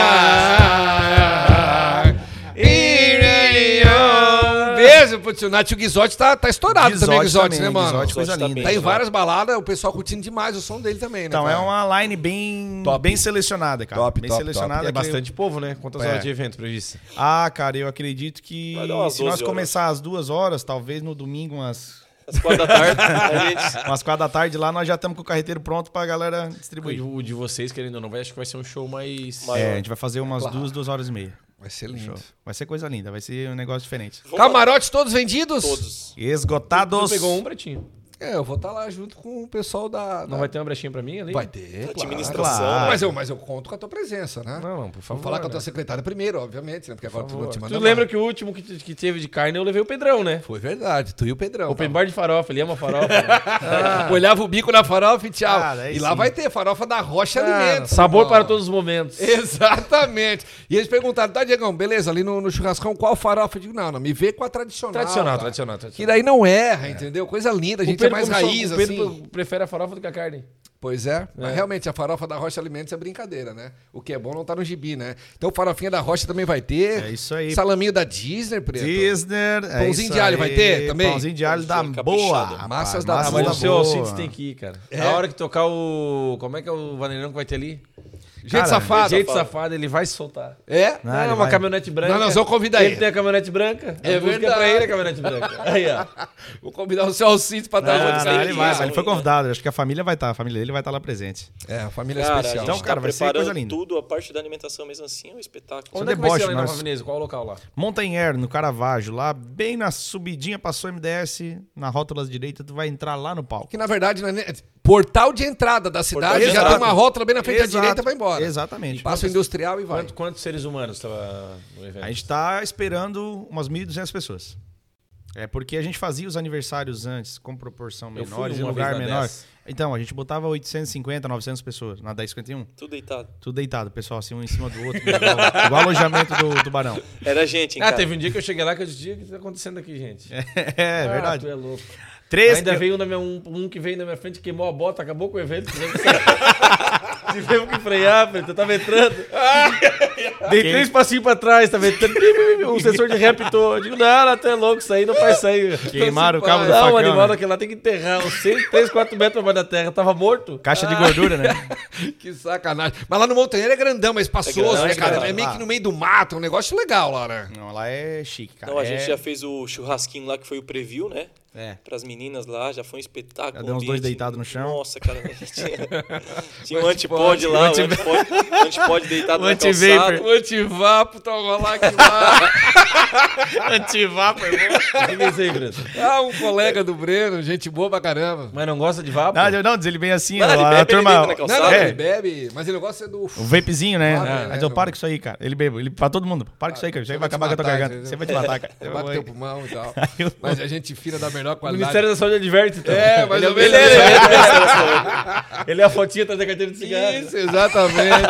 Beijo pro Tio Nath. O Guizote tá, tá estourado também, Guizote,
também,
né, mano?
Guizote, coisa
Guizote tá
linda.
Tá em
Guizote.
várias baladas, o pessoal curtindo demais o som dele também, né?
Então, é
cara?
uma line bem,
Top.
bem selecionada, cara.
Top,
bem
top,
selecionada.
É
que-
bastante povo, né? Quantas
É.
horas de evento prevista?
Ah, cara, eu acredito que
Vai dar umas
se nós
12 horas.
começar às duas horas, talvez no domingo umas,
Às quatro da tarde, a gente.
umas quatro da tarde lá, nós já estamos com o carreteiro pronto pra galera
Tipo, O de-
distribuir.
O de vocês, querendo ou não, vai- acho que vai ser um show mais...
Maior.
É, a gente vai fazer umas duas, duas horas e meia.
Vai ser lindo.
Vai ser coisa linda, vai ser um negócio diferente.
Vamos lá,
Camarotes todos vendidos?
Todos.
Esgotados.
Tu pegou um, Pretinho?
É, eu vou estar lá junto com o pessoal da...
Não vai ter uma brechinha pra mim ali?
Vai ter, claro.
Administração.
claro.
né?
Mas eu, mas eu conto com a tua presença, né?
Não, não, por
Vou
favor.
falar com a
né?
tua secretária primeiro, obviamente, né? Porque agora tu não te manda
Tu lembra
nada.
que o último que, que teve de carne eu levei o Pedrão, né?
Foi verdade, tu e o Pedrão.
Open
tá?
bar de farofa, ele ama farofa. né?
Olhava o bico na farofa e tchau.
Cara, aí
e lá
sim.
vai ter farofa da Rocha
Ah,
Alimentos.
sabor
irmão.
para todos os momentos.
é Exatamente. E eles perguntaram, tá, Diegão, beleza, ali no, no churrascão, qual farofa? Eu digo, não, não, me vê com a tradicional.
Tradicional,
tá?
tradicional,
Que
tradicional.
daí não erra, entendeu? Coisa linda, a gente é mais raiz,
o Pedro
assim.
prefere a farofa do que a carne.
Pois é, mas realmente a farofa da Rocha Alimentos é brincadeira, né? O que é bom não tá no gibi, né? Então farofinha da Rocha também vai ter.
É isso aí.
Salaminho da Disney, preto.
Disney. é
Pãozinho
isso
de alho
aí.
vai ter também?
Pãozinho de alho da
Pãozinho de
boa.
caprichado.
rapaz,
Massas da
massas
boa.
Mas
Boa.
o seu Alcides tem que ir, cara.
É.
A hora que tocar o... Como é que é o vaneirão que vai ter ali?
Gente
Cara,
safada.
Jeito safado, ele vai soltar.
É?
Ah,
é
ele
uma
vai.
caminhonete branca.
Não, nós vamos convidar ele.
Ele tem a caminhonete branca.
É
a música
verdade.
pra ele a caminhonete branca. Aí, ó.
Vou convidar o seu Alcides pra estar
Não,
junto
não,
com a
ele
gente.
vai, mas ele foi convidado. Acho que a família vai estar, a família dele vai estar lá presente.
É, a família é
Cara, a
especial.
gente
Então, cara,
tá
vai ser
preparando
coisa linda.
tudo, a parte da alimentação mesmo assim, é um espetáculo.
Onde é que vai
deboche,
ser lá em Nova
nós-
Veneza? Qual é o local lá?
Montanher, no Caravaggio, lá bem na subidinha, passou MDS, na rótula direita, tu vai entrar lá no palco.
Que na verdade não é nem- é portal de entrada da cidade,
de
já tem
entrada.
uma rótula bem na frente
Exato.
à direita e vai embora.
Exatamente.
Passa o industrial e vai.
Quanto- quantos seres humanos estava no evento?
A gente tá esperando umas 1.200 pessoas. É porque a gente fazia os aniversários antes com proporção
Eu fui
menor, em
uma
lugar
vez na
menor.
10.
Então, a gente botava 850, 900 pessoas na 1051.
Tudo deitado.
Tudo deitado, pessoal, assim, um em cima do outro. igual, igual o alojamento do, do Barão.
Era gente, hein,
Ah,
cara.
teve um dia que eu cheguei lá que eu disse, o que tá acontecendo aqui, gente? É,
É, verdade.
Tu é louco.
Ah, Três
Ainda
mil-
veio na minha- um, um que veio na minha frente, queimou a bota, acabou com o evento. Tivemos que, tivemos que frear, Preto. Eu tava entrando. Dei
Quem-
três passinhos pra trás, tá vendo? O um sensor de raptou. Eu digo, não, não, tu é louco, isso aí não faz sair.
Queimaram o cabo do
Não,
facão.
o animal
né?
daquele lá tem que enterrar uns 6, 3, 4 metros abaixo da terra. Tava morto.
Caixa de gordura, né?
Que sacanagem. Mas lá no Montanheiro é grandão, é espaçoso,
É grande,
né, cara?
cara,
É meio
lá.
que no meio do mato, é um negócio legal lá, né?
Não, lá é chique, cara.
Não, a gente
É-
já fez o churrasquinho lá que foi o preview, né?
É.
Pras meninas lá, já foi um espetáculo.
Já deu uns
o
dois
ambiente.
deitados no chão.
Nossa, cara. Tinha, tinha um antipode lá, um antipode, um antipode deitado
O
na
anti-vapor.
calçada.
Antivapo, toma lá que lá.
Antivapo é bom.
O que que é isso aí, Breno?
Ah, um colega do Breno, gente boa pra caramba.
Mas não gosta de vapo?
Não, não, diz ele bem assim,
Ah,
ó,
ele
a
bebe, ele
turma.
deita na
Não,
calçada.
não,
É.
ele bebe, mas o negócio é do...
O vapezinho, né?
Ah,
Ah,
é,
Mas
é,
eu para com isso aí, cara. Ele bebe, ele pra todo mundo. Para com isso aí, cara. Isso aí
você
vai
vai te
acabar com a tua
matar,
garganta.
entendeu?
Você vai te matar, cara.
Vai bater o pulmão e tal. Mas a gente fina da melhor
O
qualidade.
Ministério da Saúde adverte, então.
É, mas
ele,
ou menos.
ele, ele, ele- ele é a fotinha atrás da carteira de cigarro.
Isso, exatamente.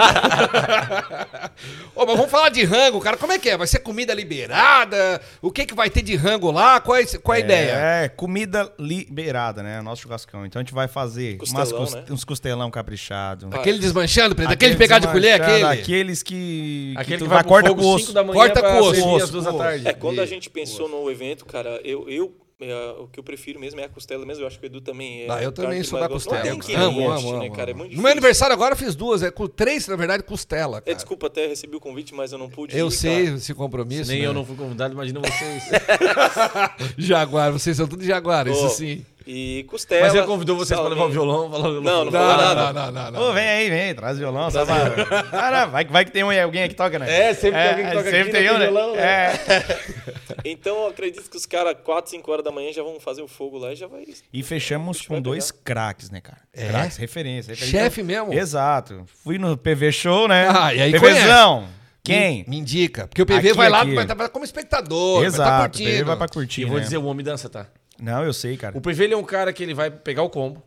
Ô, mas vamos falar de rango, cara. Como é que é? Vai ser comida liberada? O que, que vai ter de rango lá? Qual é, esse- qual é a ideia?
É, comida liberada, né? Nosso churrascão. Então a gente vai fazer
Costelão,
umas cos-
né?
uns costelão caprichado. um
Aquele desmanchando, Pedro? Aquele de pegar de colher,
desmanchado,
aquele?
Aqueles que.
Aquele que
tu
vai
vai corta com o
fogo 5
osso.
da manhã
Corta
pra
com osso.
servir às
Osso,
2 da
osso.
tarde.
É, quando a gente pensou no evento, cara, eu, eu é, o que eu prefiro mesmo é a costela mesmo. Eu acho que o Edu também é.
Ah, eu
o cara
também
que
sou
mais
da
gosta.
costela.
Não tem quem não
Amo,
goste,
amo,
né,
amo,
cara? É
amo. No
muito
meu
difícil.
aniversário agora eu fiz duas, é com três, na verdade, costela.
É,
cara.
desculpa, até recebi o convite, mas eu não pude.
eu
ir,
sei
cara.
esse compromisso.
Nem
né?
eu não fui convidado, imagina vocês.
Jaguar, vocês são tudo jaguar,
Pô,
isso sim.
E costela.
Mas ele convidou vocês pra levar o
salame.
violão, falar o violão.
Não,
Não,
não fala
não, não,
nada.
não, não.
Ô, vem aí, vem, traz o violão, sabe? Cara, vai, vai que tem um, alguém que toca, né?
É, sempre tem alguém que toca aqui,
Sempre
não
tem
tem
um, né?
violão, né?
É.
Então eu acredito que os caras, 4, 5 horas da manhã, já vão fazer o fogo lá e já vai.
E fechamos
Vai
com
pegar.
dois craques, né, cara?
É?
Craques, referência. referência.
Chefe mesmo?
Exato. Fui no PV Show, né?
Ah, e aí
PVzão.
Me,
Quem?
me indica. Porque o PV
Aqui,
vai lá,
aqui.
vai estar como espectador, vai estar
Exato.
curtindo.
PV vai pra curtir,
E vou
né?
dizer, o homem dança, tá?
Não, eu sei, cara.
O PV ele é um cara que ele vai pegar o combo.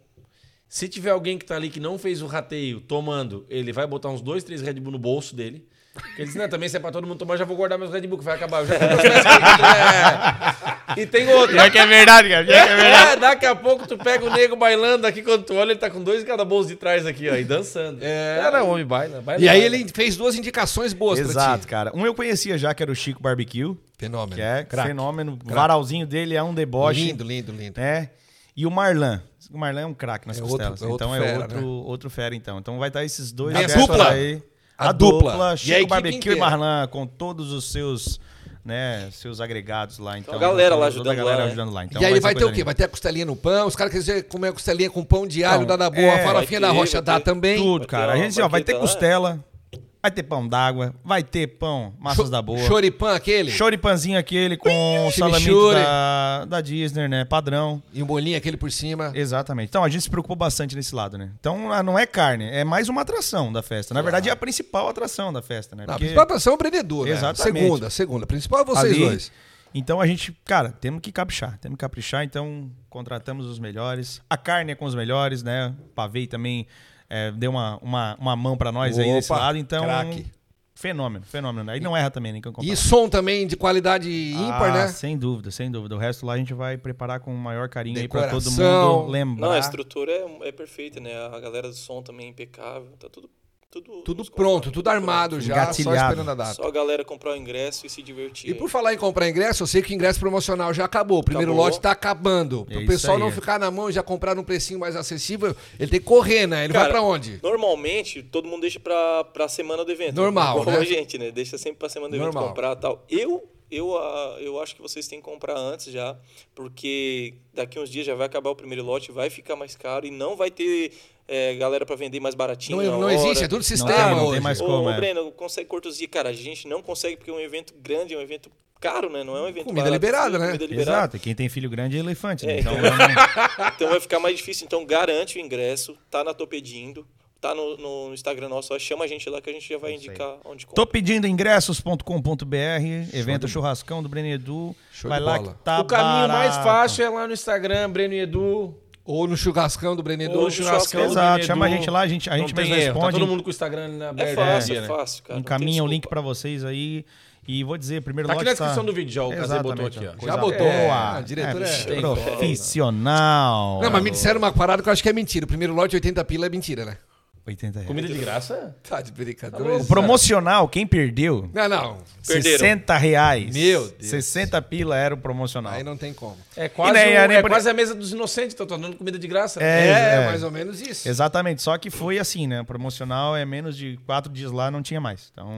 Se tiver alguém que tá ali que não fez o rateio tomando, ele vai botar uns dois, três Red Bull no bolso dele. Porque ele diz, não, também se é pra todo mundo tomar, eu já vou guardar meus Red Bull, que vai acabar. Eu já comprei os meus Red Bull. É. E tem outro.
Pior que é verdade, cara. Pior que é verdade.
É, daqui a pouco tu pega o nego bailando aqui, quando tu olha, ele tá com dois em cada bolso de trás aqui, ó, e dançando. É, era homem, baila, baila.
E aí
baila.
ele fez duas indicações boas pra
Exato,
ti.
cara. Um eu conhecia já, que era o Chico Barbecue,
Fenômeno.
que é fenômeno. O varalzinho dele é um deboche.
Lindo, lindo, lindo.
É. E o Marlan. O Marlan é um craque nas
É outro-
costelas.
é outro
então é
fera,
outro,
né?
outro fera, então. Então vai estar esses dois
A
chefes
dupla.
aí.
A
A,
dupla.
dupla.
E a
Chico
equipe
Barbecue
inteira.
e Marlan com todos os seus, né, seus agregados lá. Então,
a galera lá
toda
ajudando
a galera
lá, né?
ajudando lá. Então,
e aí
ser
vai ter
coisa
o quê?
linda.
Vai ter a costelinha no pão, os caras querem comer a costelinha com pão de alho,
Então,
dá na boa,
é,
a farofinha
vai
da
ter,
rocha
vai
dá
ter.
também.
Tudo,
Vai ter
cara. A
uma
gente, ó, vai ter
banqueta lá,
costela, vai ter pão d'água, vai ter pão, massas da boa.
Choripã aquele?
Choripanzinho aquele com salame
Chimichurri.
da, da Disney, né? Padrão.
E um bolinho aquele por cima.
Exatamente. Então a gente se preocupou bastante nesse lado, né? Então ah, não é carne, é mais uma atração da festa. Na verdade é a principal atração da festa, né?
Não, a
Porque
principal atração é o empreendedor, né?
Exatamente.
Segunda, segunda. A principal é vocês
ali-
dois.
Então a gente, cara, temos que caprichar, temos que caprichar, então contratamos os melhores. A carne é com os melhores, né? O Pavei também é, deu uma, uma, uma mão pra nós aí
Opa,
nesse lado, então
craque.
fenômeno, fenômeno. Aí não erra também, nem que eu comparo.
E som também de qualidade ímpar,
Ah,
né?
Sem dúvida, sem dúvida. O resto lá a gente vai preparar com o maior carinho aí pra todo
Decoração.
mundo lembrar.
Não, a estrutura é, é perfeita, né? A galera do som também é impecável. Tá tudo. Tudo,
Tudo
nos
pronto,
conformes,
tudo armado já, só
Engatilhado.
esperando a data.
Só a galera comprar o ingresso e se divertir.
E por falar em comprar ingresso, eu sei que o ingresso promocional já acabou. O primeiro
Acabou.
lote tá acabando. Pro
É isso
pessoal não
aí.
ficar na mão e já comprar num precinho mais acessível, ele tem que correr, né? Ele vai
Cara,
pra onde?
Normalmente, todo mundo deixa pra, pra semana do evento.
Normal,
Igual
né?
a gente, né? Deixa sempre pra semana do evento
Normal.
comprar e tal. Eu, eu, ah, eu acho que vocês têm que comprar antes já, porque daqui uns dias já vai acabar o primeiro lote, vai ficar mais caro e não vai ter eh, galera pra vender mais baratinho.
Não,
na
não
hora.
existe, é tudo
Não
sistema
tem, não
hoje.
tem mais
Ô,
como,
ô
é.
Breno, consegue cortesia? Cara, a gente não consegue porque é um evento grande, é um evento caro, né? Não é um evento
Comida
barato,
liberada,
sim,
né?
Comida liberada.
Exato, e quem tem filho grande é elefante, né?
É,
Então,
então-
vamos-
Então vai ficar mais difícil. Então garante o ingresso, tá na Tô Pedindo, tá no, no Instagram nosso, ó, chama a gente lá que a gente já vai indicar onde compra.
Tô pedindo ingressos.com.br, evento churrascão do Breno Edu.
Show
Vai
de
lá
bola.
que tá
o caminho mais
barato.
fácil é lá no Instagram, Breno e Edu.
Ou no churrascão do
Ou
Brenedor.
no churrascão.
churrascão.
do
Exato,
Breno
chama a
Edu.
gente lá, a gente, a
Não
gente
tem
mesmo
erro, Tá
responde.
todo mundo com o Instagram ali na
É
aberta.
fácil,
né?
é fácil, cara.
um
não tem
caminho, um link
desculpa.
pra vocês aí. E vou dizer, primeiro
Tá
lote
aqui na descrição do vídeo já, o Casé
Exatamente,
botou aqui, ó.
coisa
Já botou.
boa.
Ah, diretor é-
bicho, profissional.
Não, mas me disseram uma parada que eu acho que é mentira. O primeiro lote, 80 pila, é mentira, né?
80 reais.
Comida de graça?
Tá de brincadeira.
O promocional, quem perdeu,
Não, não.
Perderam.
60 reais.
Meu Deus.
60 pila era o promocional.
Aí não tem como.
É quase,
nem-
o-
nem
é
por-
quase a mesa dos inocentes, tá tornando comida de graça. né?
É,
É,
é.
mais ou menos isso.
Exatamente, só que foi assim, né? O promocional é menos de quatro dias lá, não tinha mais. Então,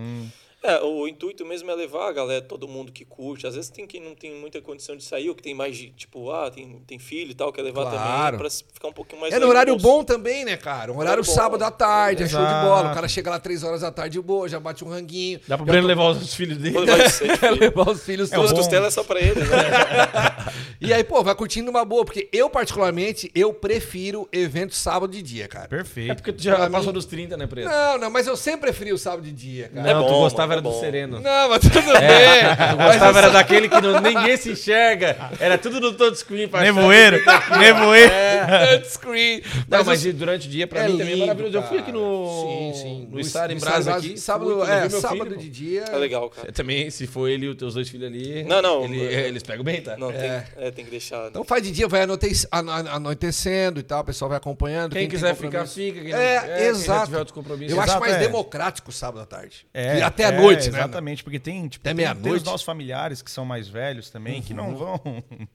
É, o intuito mesmo é levar a galera, todo mundo que curte. Às vezes tem quem não tem muita condição de sair, ou que tem mais, de- tipo, ah, tem, tem filho e tal, quer levar
Claro.
também, pra ficar um pouquinho mais
É no
leve
horário
no bolso.
bom também, né, cara? Um horário
bom.
sábado à tarde, é show de
Exato.
bola. O cara chega lá três horas da tarde, boa, já bate um ranguinho.
Dá pro Breno levar os filhos dele.
Pô, vai ser,
Vai
filho.
levar os filhos
É o
um
todos.
Duas
bom.
costelas só pra ele, né?
E aí, pô, vai curtindo uma boa, porque eu, particularmente, eu prefiro evento sábado de dia, cara.
É
perfeito.
porque tu já
Pra
passou
mim-
dos 30, né, Preto?
Não, não, mas eu sempre preferi o sábado de dia, cara.
é, tu
bom, mano,
gostava
é
era do
bom.
sereno.
Não, mas tudo
É, tu
bem. Mas assim,
gostava
eu
era daquele que não- ninguém se enxerga. Era tudo no touchscreen. pra achar.
Nevoeiro, nevoeiro.
sou touchscreen.
Não,
Mas,
mas
eu-
e durante o dia, pra
É
mim, também é
lindo,
maravilhoso. Eu fui
cara.
aqui no...
Sim, sim.
No Sara em
Sara em
Brasa
Brasa,
aqui.
Sábado,
Fui,
é,
vi meu
sábado
filho,
de
pô.
dia.
É legal, cara.
É, Também, se for ele e os teus dois filhos ali...
Não, não,
ele-
é-
eles pegam bem, tá?
É.
Não, Tem, é, tem que deixar.
Então faz de dia, vai anoite- ano- ano- anoitecendo e tal, o pessoal vai acompanhando.
Quem,
tem
quiser ficar,
compromisso.
fica. Quem não-
É,
quem já
exato.
tiver outros compromissos.
Eu acho
Exato,
mais
é.
democrático o sábado à tarde.
É,
e até à
é,
noite, né?
Exatamente, porque tem, tipo,
Até
tem- tem,
meia-noite. Uhum.
os nossos familiares que são mais velhos também, que não vão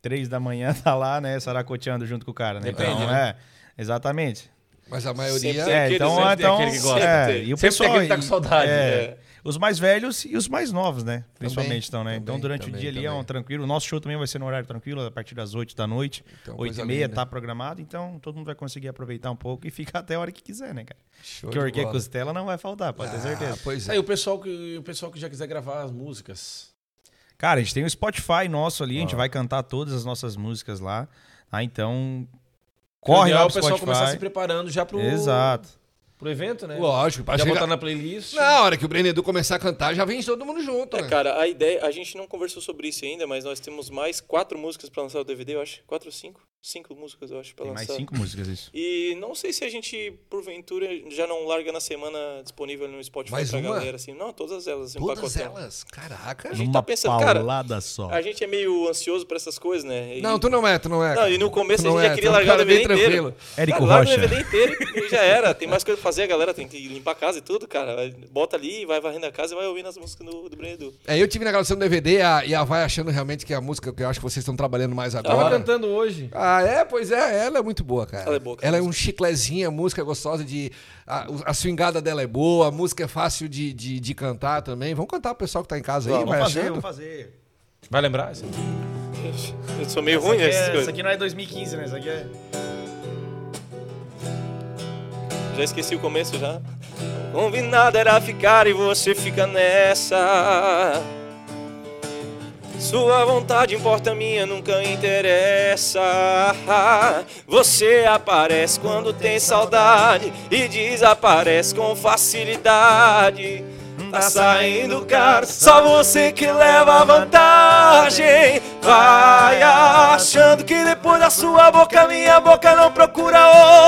três da manhã tá lá, né, saracoteando junto com o cara, né?
Depende,
então,
né?
é, exatamente.
Mas a maioria.
Tem
É,
aqueles,
então,
né?
Tem
então
aquele que gosta.
é,
Sempre tem.
e o
Sempre tem
pessoal
aquele que tá com
e-
saudade,
é,
né?
Os mais velhos e os mais novos, né? Principalmente então, né?
também,
então durante
também,
o dia ali é
também.
um tranquilo. O nosso show também vai ser no horário tranquilo, a partir das 8 da noite,
Então,
oito
coisa
e meia
linda.
tá programado, então todo mundo vai conseguir aproveitar um pouco e ficar até a hora que quiser, né, cara?
Show
Porque
de
orquê
bola.
costela não vai faltar, pode ter certeza.
Ah, pois é.
Aí o pessoal, que, o pessoal que já quiser gravar as músicas.
Cara, a gente tem o Spotify nosso ali, a gente vai cantar todas as nossas múicas lá. Ah, então corre
O ideal
lá
é
pro
o pessoal começar se
Spotify.
preparando já pro,
Exato.
pro evento, né?
É Lógico, pra
já
chegar...
botar na playlist.
Na hora que o Breno Edu começar a cantar, já vem todo mundo junto,
É,
né?
cara, a ideia. A gente não conversou sobre isso ainda, mas nós temos mais quatro músicas pra lançar o DVD, eu acho. Quatro ou cinco? Cinco músicas, eu acho, pra
Tem mais
lançar.
cinco músicas isso.
E não sei se a gente, porventura, já não larga na semana disponível no Spotify
Mais
pra
uma?
galera, assim. Não, todas elas, em
Todas
pacotão.
elas. Caraca.
gente tá pensando, cara,
paulada só.
A gente é meio ansioso pra essas coisas, né? E-
Não, tu não é, tu não é.
Não,
cara.
e no começo
Tu
a gente
não
já
é,
queria
tu é um
largar o
cara
DVD
bem
inteiro.
tranquilo.
Érico
Cara, larga o
Rocha.
DVD inteiro e já era. Tem mais coisa pra fazer, a galera tem que limpar a casa e tudo, cara. Bota ali, vai varrendo a casa e vai ouvindo as músicas do, do Breno Edu.
É, eu tive na gravação do DVD a- e a vai achando realmente que é a música que eu acho que vocês estão trabalhando mais
Tava
agora.
cantando hoje.
Ah, é? Pois é, ela é muito boa, cara.
Ela é boa, cara.
Ela é um chiclezinho, a música é gostosa de. A, o- a swingada dela é boa, a música é fácil de, de, de cantar também. Vamos cantar pro pessoal que tá em casa aí,
Vamos
vai
fazer, um
achando.
vamos fazer.
Vai lembrar? Essa?
Eu sou meio ruim nessas
É, isso
coisas.
aqui não é 2015, né? Isso aqui é.
Já esqueci o começo já. Combinado era ficar e você fica nessa. Sua vontade importa a minha, nunca interessa. Você aparece quando tem saudade e desaparece com facilidade. Tá saindo caro, só você que leva vantagem. Vai achando que depois da sua boca, minha boca não procura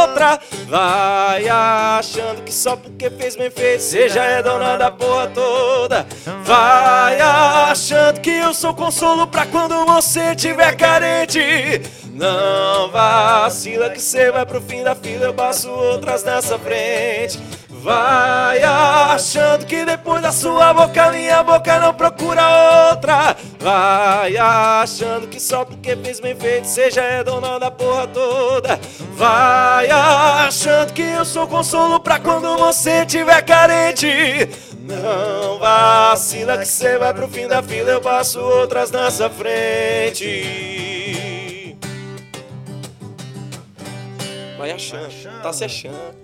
outra. Vai achando que só porque fez bem feito, seja é dona da porra toda. Vai achando que eu sou consolo pra quando você tiver carente. Não vacila que você vai pro fim da fila, eu passo outras nessa frente. Vai achando que depois da sua boca, minha boca não procura outra. Vai achando que só porque fez bem feito, seja é dona da porra toda. Vai achando que eu sou consolo pra quando você tiver carente. Não vacila que cê vai pro fim da fila, eu passo outras nessa frente. Vai achando, tá se achando.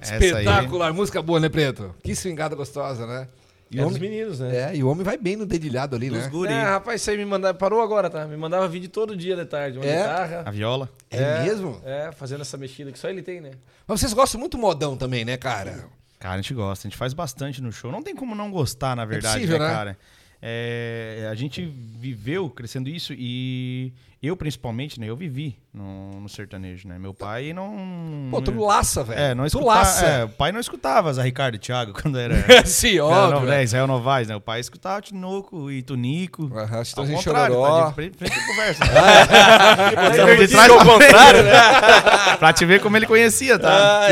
Espetacular, música boa, né, Preto? Que swingada gostosa, né? E
É
o
dos
homem,
meninos, né?
é, e o homem vai bem no dedilhado ali, né?
guri.
É, rapaz, isso aí me mandava. Parou agora, tá? Me mandava vídeo todo dia de tarde. Uma
É?
A
guitarra.
viola.
É, mesmo?
É, fazendo essa mexida que só ele tem, né?
Mas vocês gostam muito modão também, né, cara?
Cara, a gente gosta, a gente faz bastante no show. Não tem como não gostar, na verdade,
É possível,
né,
né?
cara? É, a gente viveu crescendo isso e eu, principalmente, né? Eu vivi no, no sertanejo, né? Meu pai não...
Pô, tu laça, velho.
É, não
tu
escutava.
laça.
É, o pai não escutava Zé Ricardo e Thiago quando era.
Sim,
não, não,
óbvio.
né? Israel Novaes, né? O pai escutava Tinoco e Tunico.
Aham,
Ao
Chitãozinho
contrário,
Chororó.
tá de frente, frente e conversa. De trás pra frente. né? pra te ver como ele conhecia, tá?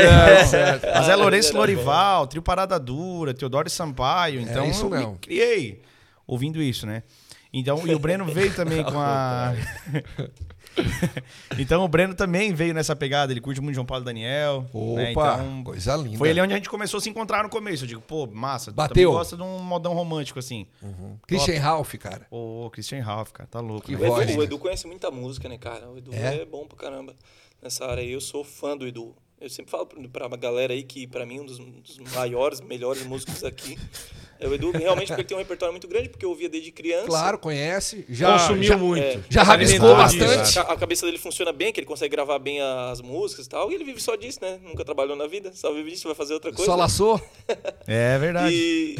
Mas é Lourenço Lorival, Trio Parada Dura, Teodoro e Sampaio. Então
É isso
eu
mesmo.
me criei ouvindo isso, né? Então, e o Breno veio também com a... então o Breno também veio nessa pegada, ele curte muito João Paulo Daniel. né?
Opa,
Então,
coisa linda.
foi ali onde a gente começou a se encontrar no começo. Eu digo, pô, massa, tu
Bateu.
também gosta de um modão romântico assim.
Christian Ralph, cara.
Ô, Christian Ralph, cara, tá louco.
Que
né?
O
voz,
Edu,
né?
o Edu conhece muita música, né, cara? O Edu
É?
é, bom pra caramba nessa área. aí. Eu sou fã do Edu. Eu sempre falo pra pra galera aí que, pra mim, um dos, um dos maiores, melhores músicos aqui é o Edu. Realmente, porque ele tem um repertório muito grande, porque eu ouvia desde criança.
Claro, conhece. Já,
Consumiu
já,
muito.
é,
Já
Se
rabiscou
alimentou disso.
bastante.
A, a cabeça dele funciona bem, que ele consegue gravar bem as músicas e tal. E ele vive só disso, né? Nunca trabalhou na vida. Só vive disso, vai fazer outra coisa.
Só
né?
laçou.
É verdade.
E,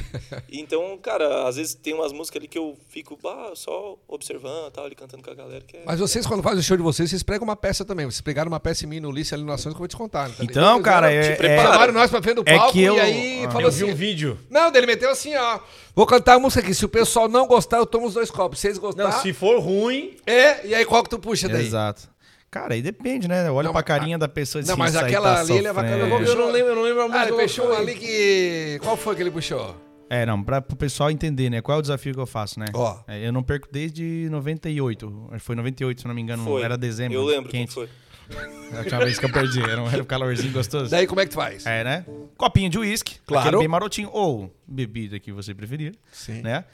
e então, cara, às vezes tem umas músicas ali que eu fico bah, só observando e tal, ele cantando com a galera. Que é...
Mas vocês, quando fazem o show de vocês, vocês pregam uma peça também. Vocês pregaram uma peça em mim no Ulisses ali no Ações que eu vou te contar. tá ligado?
Então,
Eles
cara,
vieram,
é-
te
é-
prepararam nós pra frente do
é
palco
que eu-
e aí
Ah.
falou
Eu vi um
assim...
vídeo.
Não, ele meteu assim, ó. Vou cantar a música aqui. Se o pessoal não gostar, eu tomo os dois copos. Se vocês
Não,
gostarem...
se for ruim,
É, e aí qual que tu puxa daí?
Exato. Cara, aí depende, né? Olha
Não,
pra
mas-
carinha da pessoa e
Não,
diz,
mas
"Isso aí
aquela
tá
ali, ele é bacana,
sofrendo".
eu vou-
eu não lembro, eu não lembro a música.
Ah, ele
eu
puxou
falei.
ali que... Qual foi que ele puxou?
É, não, pra o pessoal entender, né? Qual é o desafio que eu faço, né?
Ó.
É, eu não perco desde 98. Acho que Foi 98, se não me engano.
Foi.
Era dezembro. né?
Eu lembro
quente.
quente. quem foi.
A última vez que eu perdi. Era um, era um calorzinho gostoso.
Daí como é que tu faz?
É, né? Copinho de uísque.
Claro.
aquele Bem marotinho. Ou bebida que você preferir.
Sim.
Né?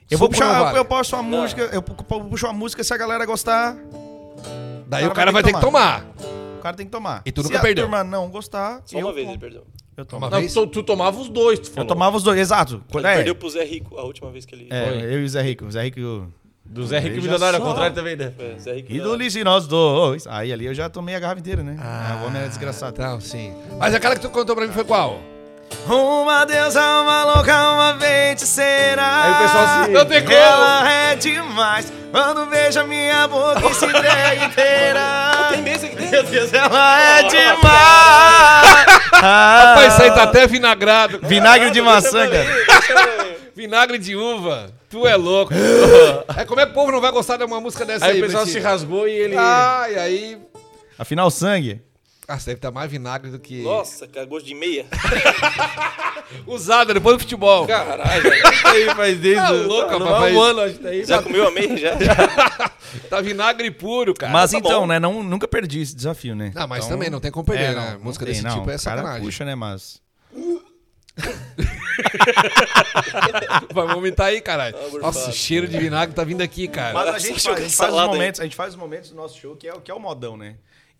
Suco
Eu vou
não
puxar,
vale.
eu, eu posto uma música, eu pu- pu- puxo uma música, se a galera gostar,
Daí o cara vai ter que tomar.
o cara tem que tomar.
E tu
se
nunca
a
perdeu.
turma não gostar,
Só
eu,
uma vez
tomo.
ele perdeu.
eu tomo.
Uma
Não,
vez.
tu, tu tomava os dois, tu
Eu
falou.
tomava os dois, exato.
Ele
É,
perdeu pro Zé Rico a última vez que ele.
É,
foi.
eu e o Zé Rico. O Zé Rico e o.
Do Zé Rico
Veja
Milionário, ao
só.
contrário também, né?
É, Zé Rico.
E
né?
do Lice, nós dois. Aí ali eu já tomei a garrafa inteira, né? Ah, o homem era desgraçado.
Então, sim. Mas aquela que tu contou pra mim foi qual?
Uma deusa, uma louca, uma feiticeira.
Aí o pessoal se-
Não tem como.
Ela é demais. Quando vejo a minha boca se entrega inteira.
Tem mesa que tem.
Ela é demais. Ah.
Rapaz, isso aí tá até vinagrado.
Vinagre de maçã, cara.
Vinagre de uva. Tu é louco. é como é que o povo não vai gostar de uma música dessa aí?
Aí o pessoal se
Priscila?
rasgou e ele.
Ah, e aí...
Afinal, sangue.
Ah, você deve estar mais vinagre do que...
Nossa, cara, gosto de meia.
Usada depois do futebol.
Caralho, velho.
aí faz desde
Tá
o-
louco,
tá no
papai.
Um ano, acho que daí.
já comeu a meia já?
Tá vinagre puro, cara.
Mas
tá
então,
bom.
né? Não, nunca perdi esse desafio, né?
Ah, mas
Então-
também Ah, não tem como perder,
É,
né?
não,
música
tem,
desse
não.
tipo é
O cara
sacanagem.
Puxa, né? Mas.
Vai vomitar aí, caralho.
Tá
Nossa, o
burpado.
cheiro de vinagre tá vindo aqui, cara.
Mas a
Nossa,
gente
show
faz, a
de
gente faz os
salada,
momentos, a gente faz os momentos do nosso show que é, o- que é o modão, né?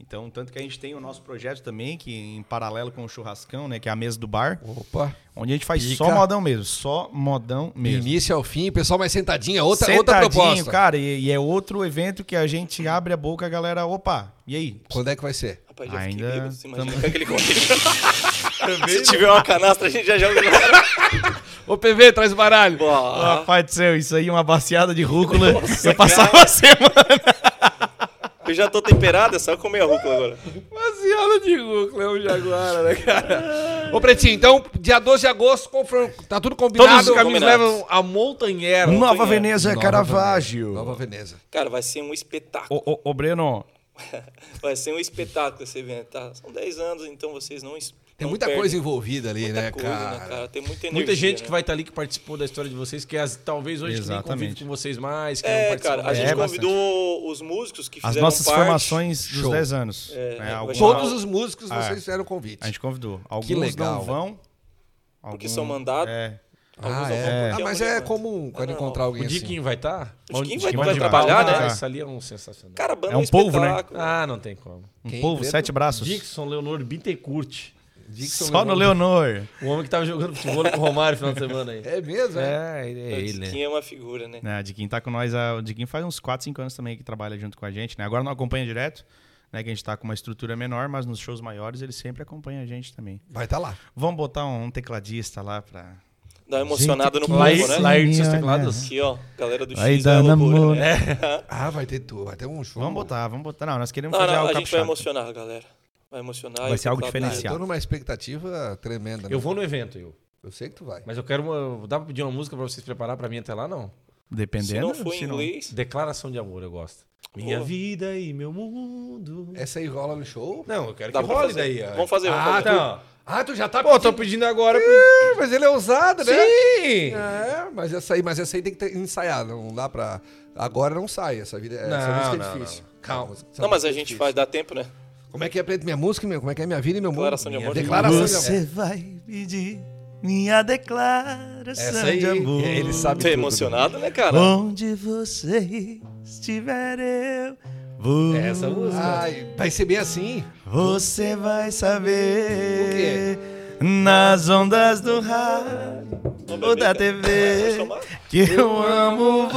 Então, tanto que a gente tem o nosso projeto também, que em paralelo com o churrascão, né? Que é a mesa do bar,
Opa.
onde a gente faz
Pica.
só modão mesmo, só modão
Do
mesmo.
início ao fim, pessoal mais sentadinho, é outra, outra
Sentadinho,
proposta.
cara, e, e é outro evento que a gente abre a boca, a galera, opa, e aí?
Quando é que vai ser?
Rapaz, já
Ainda
fiquei bêbado. Você imagina é
tamo-
com aquele coquinho. Se tiver uma canastra, a gente já joga no cara.
Ô, PV, traz o baralho.
Ó,
Rapaz do céu, isso aí, é uma baciada de rúcula, eu passava a semana.
Eu já tô temperado, é só comer a rúcula agora.
Baseada de Rúcula, é um Jaguara, né, cara? Ô, Pretinho, então, dia 12 de agosto, confran- tá tudo combinado.
Todos os caminhos
combinado.
levam a Montanhera.
Nova
Montanha.
Veneza, Caravaggio.
Nova Veneza.
Cara, vai ser um espetáculo.
Ô, ô, ô, Breno,
Vai ser um espetáculo esse evento, tá? São 10 anos, então vocês não. es-
Tem
não
muita
perdem
coisa envolvida ali,
muita
né,
coisa,
cara?
né, cara? Tem muita energia.
Muita gente
né?
que vai estar ali que participou da história de vocês, que é as- talvez hoje que nem convive
Exatamente.
com vocês mais. Que não
É,
participam
cara, a
mais.
gente
É,
convidou os músicos que
as
fizeram
nossas
parte.
formações dos
Show.
10 anos.
É,
né,
é,
alguma-
Todos os músicos,
Ah,
vocês fizeram o
A
convite.
gente convidou. Alguns
legal.
não vão.
Porque
alguns-
são mandados.
É.
Ah,
alguns
é.
alguns
Ah, mas
é
é
muito.
comum quando
Não, Um
encontrar alguém
O
assim.
Diquinho vai tá? estar?
O Diquinho vai-
vai
trabalhar,
né?
Isso ali é um sensacional.
Cara, a banda
É um povo, né?
espetáculo.
Ah, não tem como.
Um
Quem,
povo,
Preto?
sete braços.
Dixon, Leonor Bittencourt.
é
Dixon
Só no
Leonardo.
Leonor.
O homem que tava jogando futebol com o Romário no final de semana aí.
É mesmo, é?
É,
O
é
Diquinho é uma figura, né?
Né, de quem tá com nós, a- o Diquinho faz uns 4, 5 anos também que trabalha junto com a gente. Né? Agora não acompanha direto, né? Que a gente tá com uma estrutura menor, mas nos shows maiores ele sempre acompanha a gente também.
Vai estar tá lá.
Vamos botar um tecladista um lá pra.
Dá uma emocionada no
que
povo,
licença.
né?
Laerte seus
Olha.
teclados.
Aqui, ó, galera do
Aí
X da
dá
loucura,
namoro.
né?
Ah, vai ter, tu- vai ter um show.
Vamos botar, vamos botar. Não, nós queremos
Não,
fazer
não, a
algo
gente vai
caprichado.
emocionar, galera. Vai emocionar.
Vai
e
ser algo
Ah,
ficar-
eu
diferenciado.
tô numa expectativa tremenda. né?
Eu vou no evento, eu.
Eu sei que tu vai.
Mas eu quero uma. Dá pra pedir uma música pra vocês preparar pra mim até lá, não?
Dependendo.
Se não for em
se não-
inglês,
Declaração de amor, eu gosto. Minha
Boa.
vida e meu mundo.
Essa aí rola no show?
Não, eu quero
dá
que
pra
role
fazer.
daí. ó.
Vamos fazer, vamos
Ah,
fazer.
tá.
Ah, tu já tá.
Pô, tô pedindo agora.
Ih, Mas ele é ousado, né?
Sim!
É, mas essa aí, mas essa aí tem que ter- ensaiar, não dá pra. Agora não sai, essa vida essa
Não,
música é
não,
difícil.
Calma.
Essa
Não, mas
música
a
é
gente
difícil.
faz, dá tempo, né?
Como é que é preto minha música, meu? Como é que é minha vida e meu mundo?
Declaração de amor.
Declaração de amor.
Você vai pedir minha declaração
Essa aí,
de amor.
É,
ele sabe
Tô
tudo.
emocionado, né, cara?
Onde você estiver, eu vou.
É Essa música.
Ai, vai ser bem assim.
Você vai saber. Nas ondas do rádio
Vamos
ou da
beber,
TV.
Vamos tomar?
Que eu amo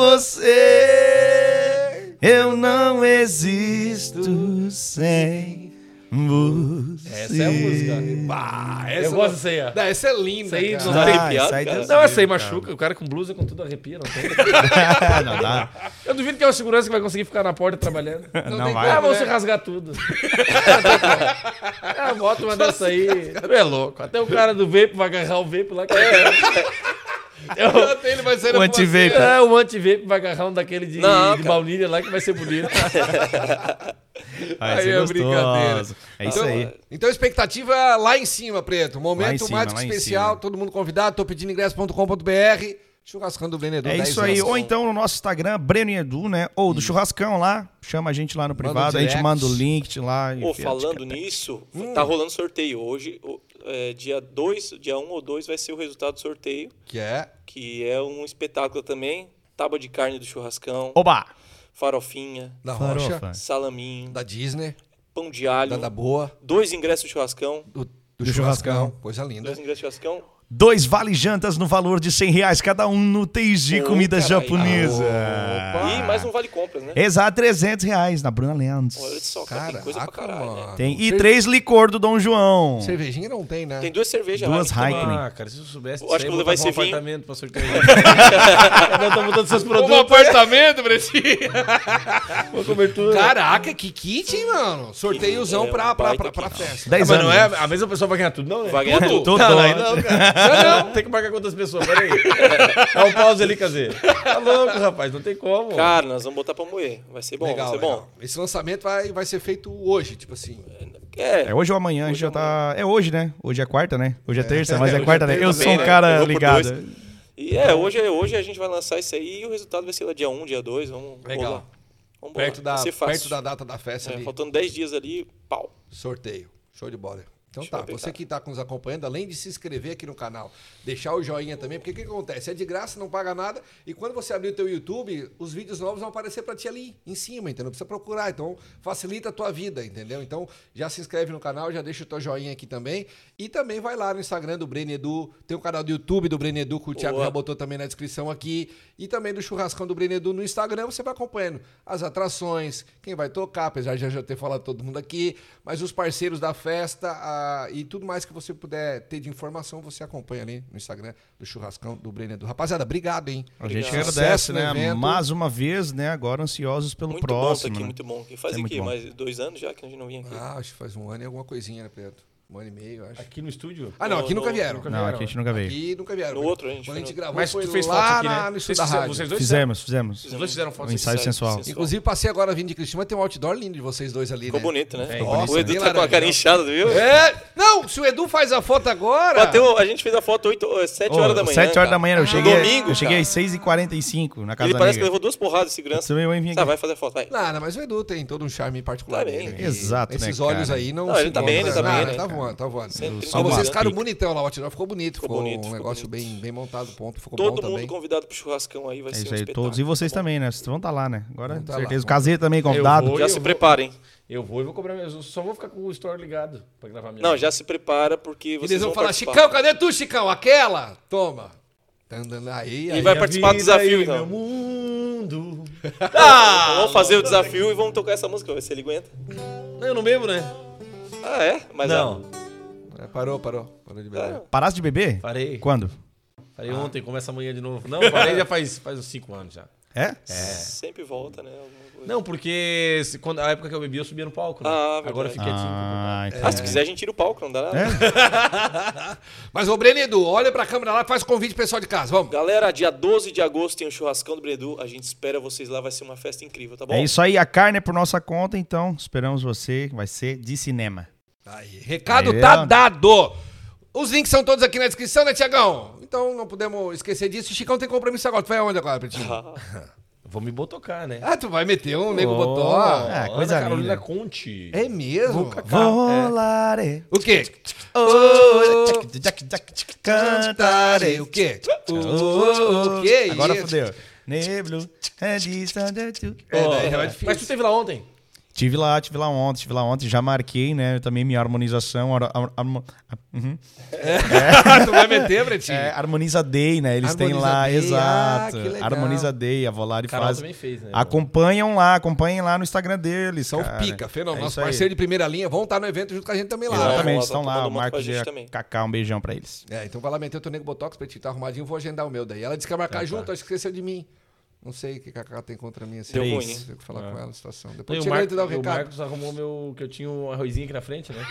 você. Eu não existo sem você.
Essa é a música.
Bah,
Eu gosto dessa aí, ó.
Não, essa Ah, é linda.
Essa aí
cara.
não
Tá
tem-
arrepiado,
isso aí
cara?
Deus
Não, essa aí
livre,
machuca. O cara com blusa com tudo arrepia, não tem.
cara. Não dá.
Eu duvido que é o segurança que vai conseguir ficar na porta trabalhando.
Não
Não
tem
vai.
Ah, vão
né?
se rasgar tudo. ah, bota uma dessa aí. Tu é louco. Até o cara do vape vai agarrar o vape lá. Que é o-
Ele vai ser
O anti-vape.
é, o anti-vape vai agarrar um daquele de,
Não,
de
cara.
baunilha lá que vai ser bonito.
Vai ser
Aí é
Ah, gostoso.
brincadeira.
É isso aí.
Então, expectativa lá em cima, Preto.
Lá em
Momento
cima,
mágico
lá em
especial.
cima.
Todo mundo convidado. Tô pedindo ingresso.com.br. Churrascando do vendedor.
É
10
isso aí.
anos.
Ou então no nosso Instagram, Breno e Edu, né? Ou do churrascão lá. Chama a gente lá no privado. A gente
direct.
manda o link lá. e
Pô,
fica-
falando nisso,
Hum.
tá rolando sorteio hoje. o- é, dia 2, dia 1 um ou 2 vai ser o resultado do sorteio,
Que é.
que é um espetáculo também. Tábua de carne do churrascão,
Oba!
farofinha,
Da Rocha.
Farofa.
salaminho,
Da Disney.
pão de alho,
Da Da Boa.
dois ingressos do churrascão.
Do, do
Do churrascão.
churrascão. Coisa linda.
Dois ingressos do churrascão.
Dois vale-jantas no valor de 100 reais cada um no TG
Ô,
Comida
caralho.
Japonesa. É
Opa.
E mais um vale compras, né?
Exato, 300 reais na Bruna Lentes.
Olha só, cara, tem coisa pra
Caraca,
caralho, né?
mano.
Tem, e três licor do Dom João.
Cervejinha não tem, né?
Tem duas cervejas
Duas
Heineken.
Heineken.
Ah, cara, se eu soubesse
Eu acho que eu vou levar
botava um
esse vinho.
apartamento pra sorteio. Não, tá botando seus produtos.
apartamento, Bretinho.
Uma cobertura.
Caraca, que kit, hein, mano? Sorteiosão
É um
pra, pra, pra,
baita
pra
kit.
festa.
10
mas
anos.
não é a mesma pessoa vai ganhar tudo, não, né?
Vai ganhar tudo.
Tô
Não,
doido.
aí
é.
não, cara. Não, não, tem que marcar quantas pessoas, peraí. Dá um pause ali, Cazê. Tá louco, rapaz, não tem como.
Cara, nós vamos botar pra moer. Vai ser bom,
legal,
vai ser
legal. é Esse lançamento vai, vai ser feito hoje, tipo assim.
bom. É,
É hoje ou amanhã, a gente já tá. É hoje, né? Hoje é quarta, né? Hoje é terça, mas
É,
é,
hoje é
quarta, né?
terça
Eu
também,
sou um
né?
cara
Eu vou por
ligado.
E é, hoje, hoje a gente vai lançar isso aí e o resultado vai ser lá dia 1, dia 2, vamos
Legal.
rolar. Vamos
Perto da,
vai ser fácil.
perto da data da festa
É,
ali.
faltando 10 dias ali, pau.
Sorteio. Show de bola. Então
Deixa eu
tá,
aproveitar.
você que tá nos acompanhando, além de se inscrever aqui no canal, deixar o joinha também, porque o que que acontece? É de graça, não paga nada, e quando você abrir o teu YouTube, os vídeos novos vão aparecer pra ti ali, em cima, entendeu? Não Precisa procurar, então facilita a tua vida, entendeu? Então já se inscreve no canal, já deixa o teu joinha aqui também, e também vai lá no Instagram do Brenedu, tem o canal do YouTube do Brenedu, que o Thiago
Boa.
já botou também na descrição aqui, e também do Churrascão do Brenedu no Instagram, você vai acompanhando as atrações, quem vai tocar, apesar de eu já ter falado todo mundo aqui, mas os parceiros da festa ah, e tudo mais que você puder ter de informação, você acompanha ali no Instagram do Churrascão do Brenedu. Rapaziada, obrigado, hein?
A gente
Obrigado.
agradece,
Sucesso no
né?
evento.
Mais uma vez, né? Agora ansiosos pelo
muito
próximo.
bom tá aqui,
né?
muito bom. E faz
É
o
muito
quê?
bom.
Mais dois anos já que a gente não vinha aqui.
Ah, acho que faz um ano e alguma coisinha, né, Pedro? Um ano e meio, acho.
Aqui no estúdio?
Ah, não, aqui
No-
nunca
no-
vieram.
Não, aqui a gente nunca veio.
Aqui nunca vieram.
No
Pedro.
outro a gente
Quando a gente
foi no-
gravou,
Mas
foi
tu fez
lá
foto aqui,
na-
né?
no estúdio
Vocês
da
fizeram-
rádio.
Vocês dois fizeram.
Fizemos, fizemos.
Os dois fizeram foto.
Um ensaio sensual.
Inclusive, passei agora vindo de Cristina, tem um outdoor lindo de vocês dois ali,
Ficou
né?
bonito, né?
É,
Ó,
bonito,
o Edu
né?
tá com a cara
Laranjão.
inchada, viu?
É! Não, se o Edu faz a foto agora...
Bateu, a gente fez a foto 8, 7
Ô,
horas da manhã.
sete horas
cara.
da manhã, eu
No
cheguei,
domingo,
eu cheguei
cara.
às 6h45 na casa
Ele
da
parece que
amiga.
levou duas porradas de segurança.
Também vai vir
Tá,
aqui.
vai fazer a foto, vai.
Não, não, mas o Edu tem todo um charme particular
Tá bem.
dele.
Exato, né,
Esses
cara?
olhos aí não,
Não,
se
ele tá bem,
encontram,
ele tá
né?
bem,
Ah,
né,
Tá
cara?
voando, tá voando.
Sempre um
Mas
Vamos
vocês
lá.
ficaram bonitão lá, o outdoor ficou bonito. Ficou,
Ficou bonito,
um
ficou
negócio
bonito.
bem, bem montado, ponto. Ficou bom
Todo mundo
também.
convidado pro churrascão aí, vai
É
ser
isso
um
aí,
espetáculo.
todos. E vocês
Tá bom.
também, né? Vocês vão estar lá, né? Agora,
Vão tá
com
lá,
certeza.
vão.
O Casê também convidado.
vou,
Já
Eu
se
vou-
preparem.
Eu vou e vou cobrar. Eu só vou ficar com o store ligado pra gravar minha.
Não, já se prepara porque vocês
Eles vão falar,
participar.
Chicão, cadê tu, Chicão? Aquela? Toma. Tá andando aí, aí.
vai participar do desafio, então.
Meu mundo.
Ah!
Vamos fazer o desafio e vamos tocar essa música, vai ver se ele aguenta.
Não, eu não bebo, né?
Ah, é? Mas
não,
É, Parou, parou. Parou de beber.
Ah,
Parasse de beber?
parei.
Quando?
Falei ontem, começa amanhã de novo. Não, falei já faz, faz uns cinco anos já.
É?
Sempre volta, né? alguma coisa.
Não, porque se- quando, a época que eu bebi, eu subia no palco. Né?
Ah,
Agora eu
verdade.
fiquei quietinho.
Ah,
Ah, se quiser a gente tira o palco, não dá nada.
É?
Mas, ô Brenido, olha pra câmera lá, faz convite pro pessoal de casa, vamos.
Galera, dia 12 de agosto tem o churrascão do Bredu. A gente espera vocês lá, vai ser uma festa incrível, tá bom?
É isso aí, a carne é por nossa conta, então esperamos você, vai ser de cinema.
Aí, recado
Aí,
tá
ó.
dado. Os links são todos aqui na descrição, né, Tiagão? Então não podemos esquecer disso. Chicão tem compromisso agora. Tu vai aonde agora, Pretinho?
Ah,
Vou me botocar, né?
Ah, tu vai meter um nego
Oh,
botó.
Ah, coisa
Ana Carolina
linda.
Conte.
É mesmo?
Volare,
O quê?
oh,
Cantarei.
cantarei.
O quê?
Oh,
O quê?
Agora
Isso.
fodeu. Neblo, é distante tu.
É, daí já vai
Mas,
difícil.
tu teve lá ontem?
Tive lá, tive lá ontem, tive lá ontem, já marquei, né? Também minha harmonização. Ar, ar- harmo- ah, uhum.
Ah, tu vai meter, Pretinho?
É, harmoniza Day, né? Eles têm
Harmoniza
lá,
Day,
exato.
ah, que legal.
harmoniza Day, a Volare
Carol
faz.
também fez, né?
Acompanham lá, acompanhem lá no Instagram deles.
São
cara.
pica, fenomenal.
É
Nosso
isso aí.
parceiro de primeira linha vão estar no evento junto com a gente também lá.
Exatamente. Vamos
Exatamente,
lá,
estão
vamos
lá.
mandar
O
um monte pra
Marcos
gente
e a
também.
Cacá, um beijão pra eles.
É, então vai lá meter o teu nego botox, Pretinho, tá arrumadinho, vou agendar o meu daí. Ela disse que ia marcar junto, acho que esqueceu de mim. Não sei o que a Cacá tem contra mim. Assim,
Deu
eu
ruim, hein?
tenho que falar com ela a situação.
E
Depois
o,
chega aí,
Marcos,
tu dá o
e o
recado.
Marcos arrumou meu. que eu tinha um arrozinho aqui na frente, né?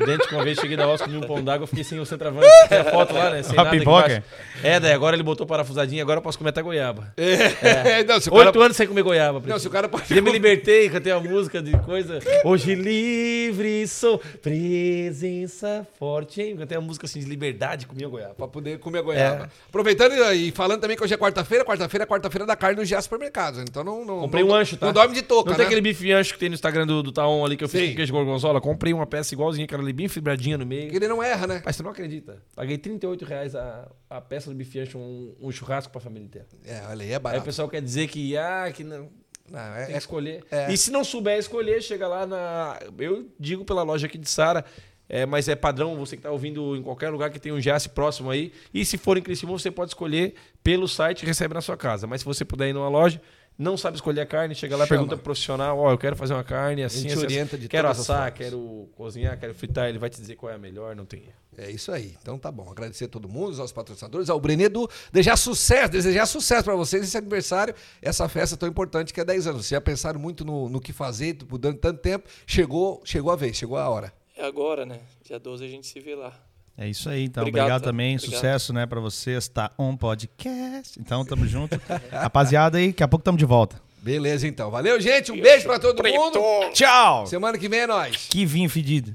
Idêntico, uma vez cheguei da Oscar, comi um pão d'água, fiquei sem o centroavante. Tem a foto lá, né? Sem
Uma
nada aqui
pipoca?
embaixo. É, daí agora ele botou parafusadinha, agora eu posso comer até goiaba.
É, não, se o
Oito
cara...
anos sem comer goiaba,
Não,
Pretinho.
se o cara pode...
Já me libertei, cantei a música de coisa. Hoje livre sou, presença forte, hein? Cantei a música assim de liberdade, comia goiaba.
Pra poder comer goiaba.
É.
Aproveitando e e falando também que hoje é quarta-feira, quarta-feira é quarta-feira da carne no GA Supermercados. Então não, não.
Comprei
não-
um ancho, tá?
Não dorme de touca,
Não tem
né?
aquele bife ancho que tem no Instagram do, do Taon ali que eu fiz
Sim.
com queijo gorgonzola? Comprei uma peça igualzinha, cara, ali bem fibradinha no meio.
Porque Ele não erra, né?
Mas você não acredita. Paguei 38 reais a, a peça do bife ancho, um, um churrasco pra família inteira.
É, olha aí, é
Aí o
barato.
pessoal quer dizer que, ah, que não...
Não, é-
Tem que
é-
escolher.
é.
E se não souber escolher, chega lá na. Eu digo pela loja aqui de Sara, é, mas é padrão, você que tá ouvindo em qualquer lugar que tem um Jace próximo aí. E se for em Criciúma, você pode escolher pelo site e recebe na sua casa. Mas se você puder ir numa loja, não sabe escolher a carne, chega lá,
Chama.
pergunta pro profissional, ó, eu quero fazer uma carne assim,
te
assim, assim.
orienta de
quero
todas as
assar,
formas.
quero cozinhar, quero fritar, ele vai te dizer qual é a melhor, não tem. erro.
É isso aí. Então tá bom. Agradecer a todo mundo, aos patrocinadores, ao Brenedo. Desejar sucesso, desejar sucesso pra vocês esse aniversário, essa festa tão importante que é 10 anos. Vocês já pensaram muito no, no que fazer tipo, durante tanto tempo. Chegou, chegou a vez, chegou a hora.
É agora, né? Dia 12 a gente se vê lá.
É isso aí, então.
Obrigado,
Obrigado,
tá?
também.
Obrigado.
Sucesso, né, pra vocês. Tá on podcast. Então, tamo junto. Rapaziada aí, daqui a pouco tamo de volta.
Beleza, então. Valeu, gente. Um beijo pra todo mundo.
Tchau!
Semana que vem é nóis.
Que vinho fedido.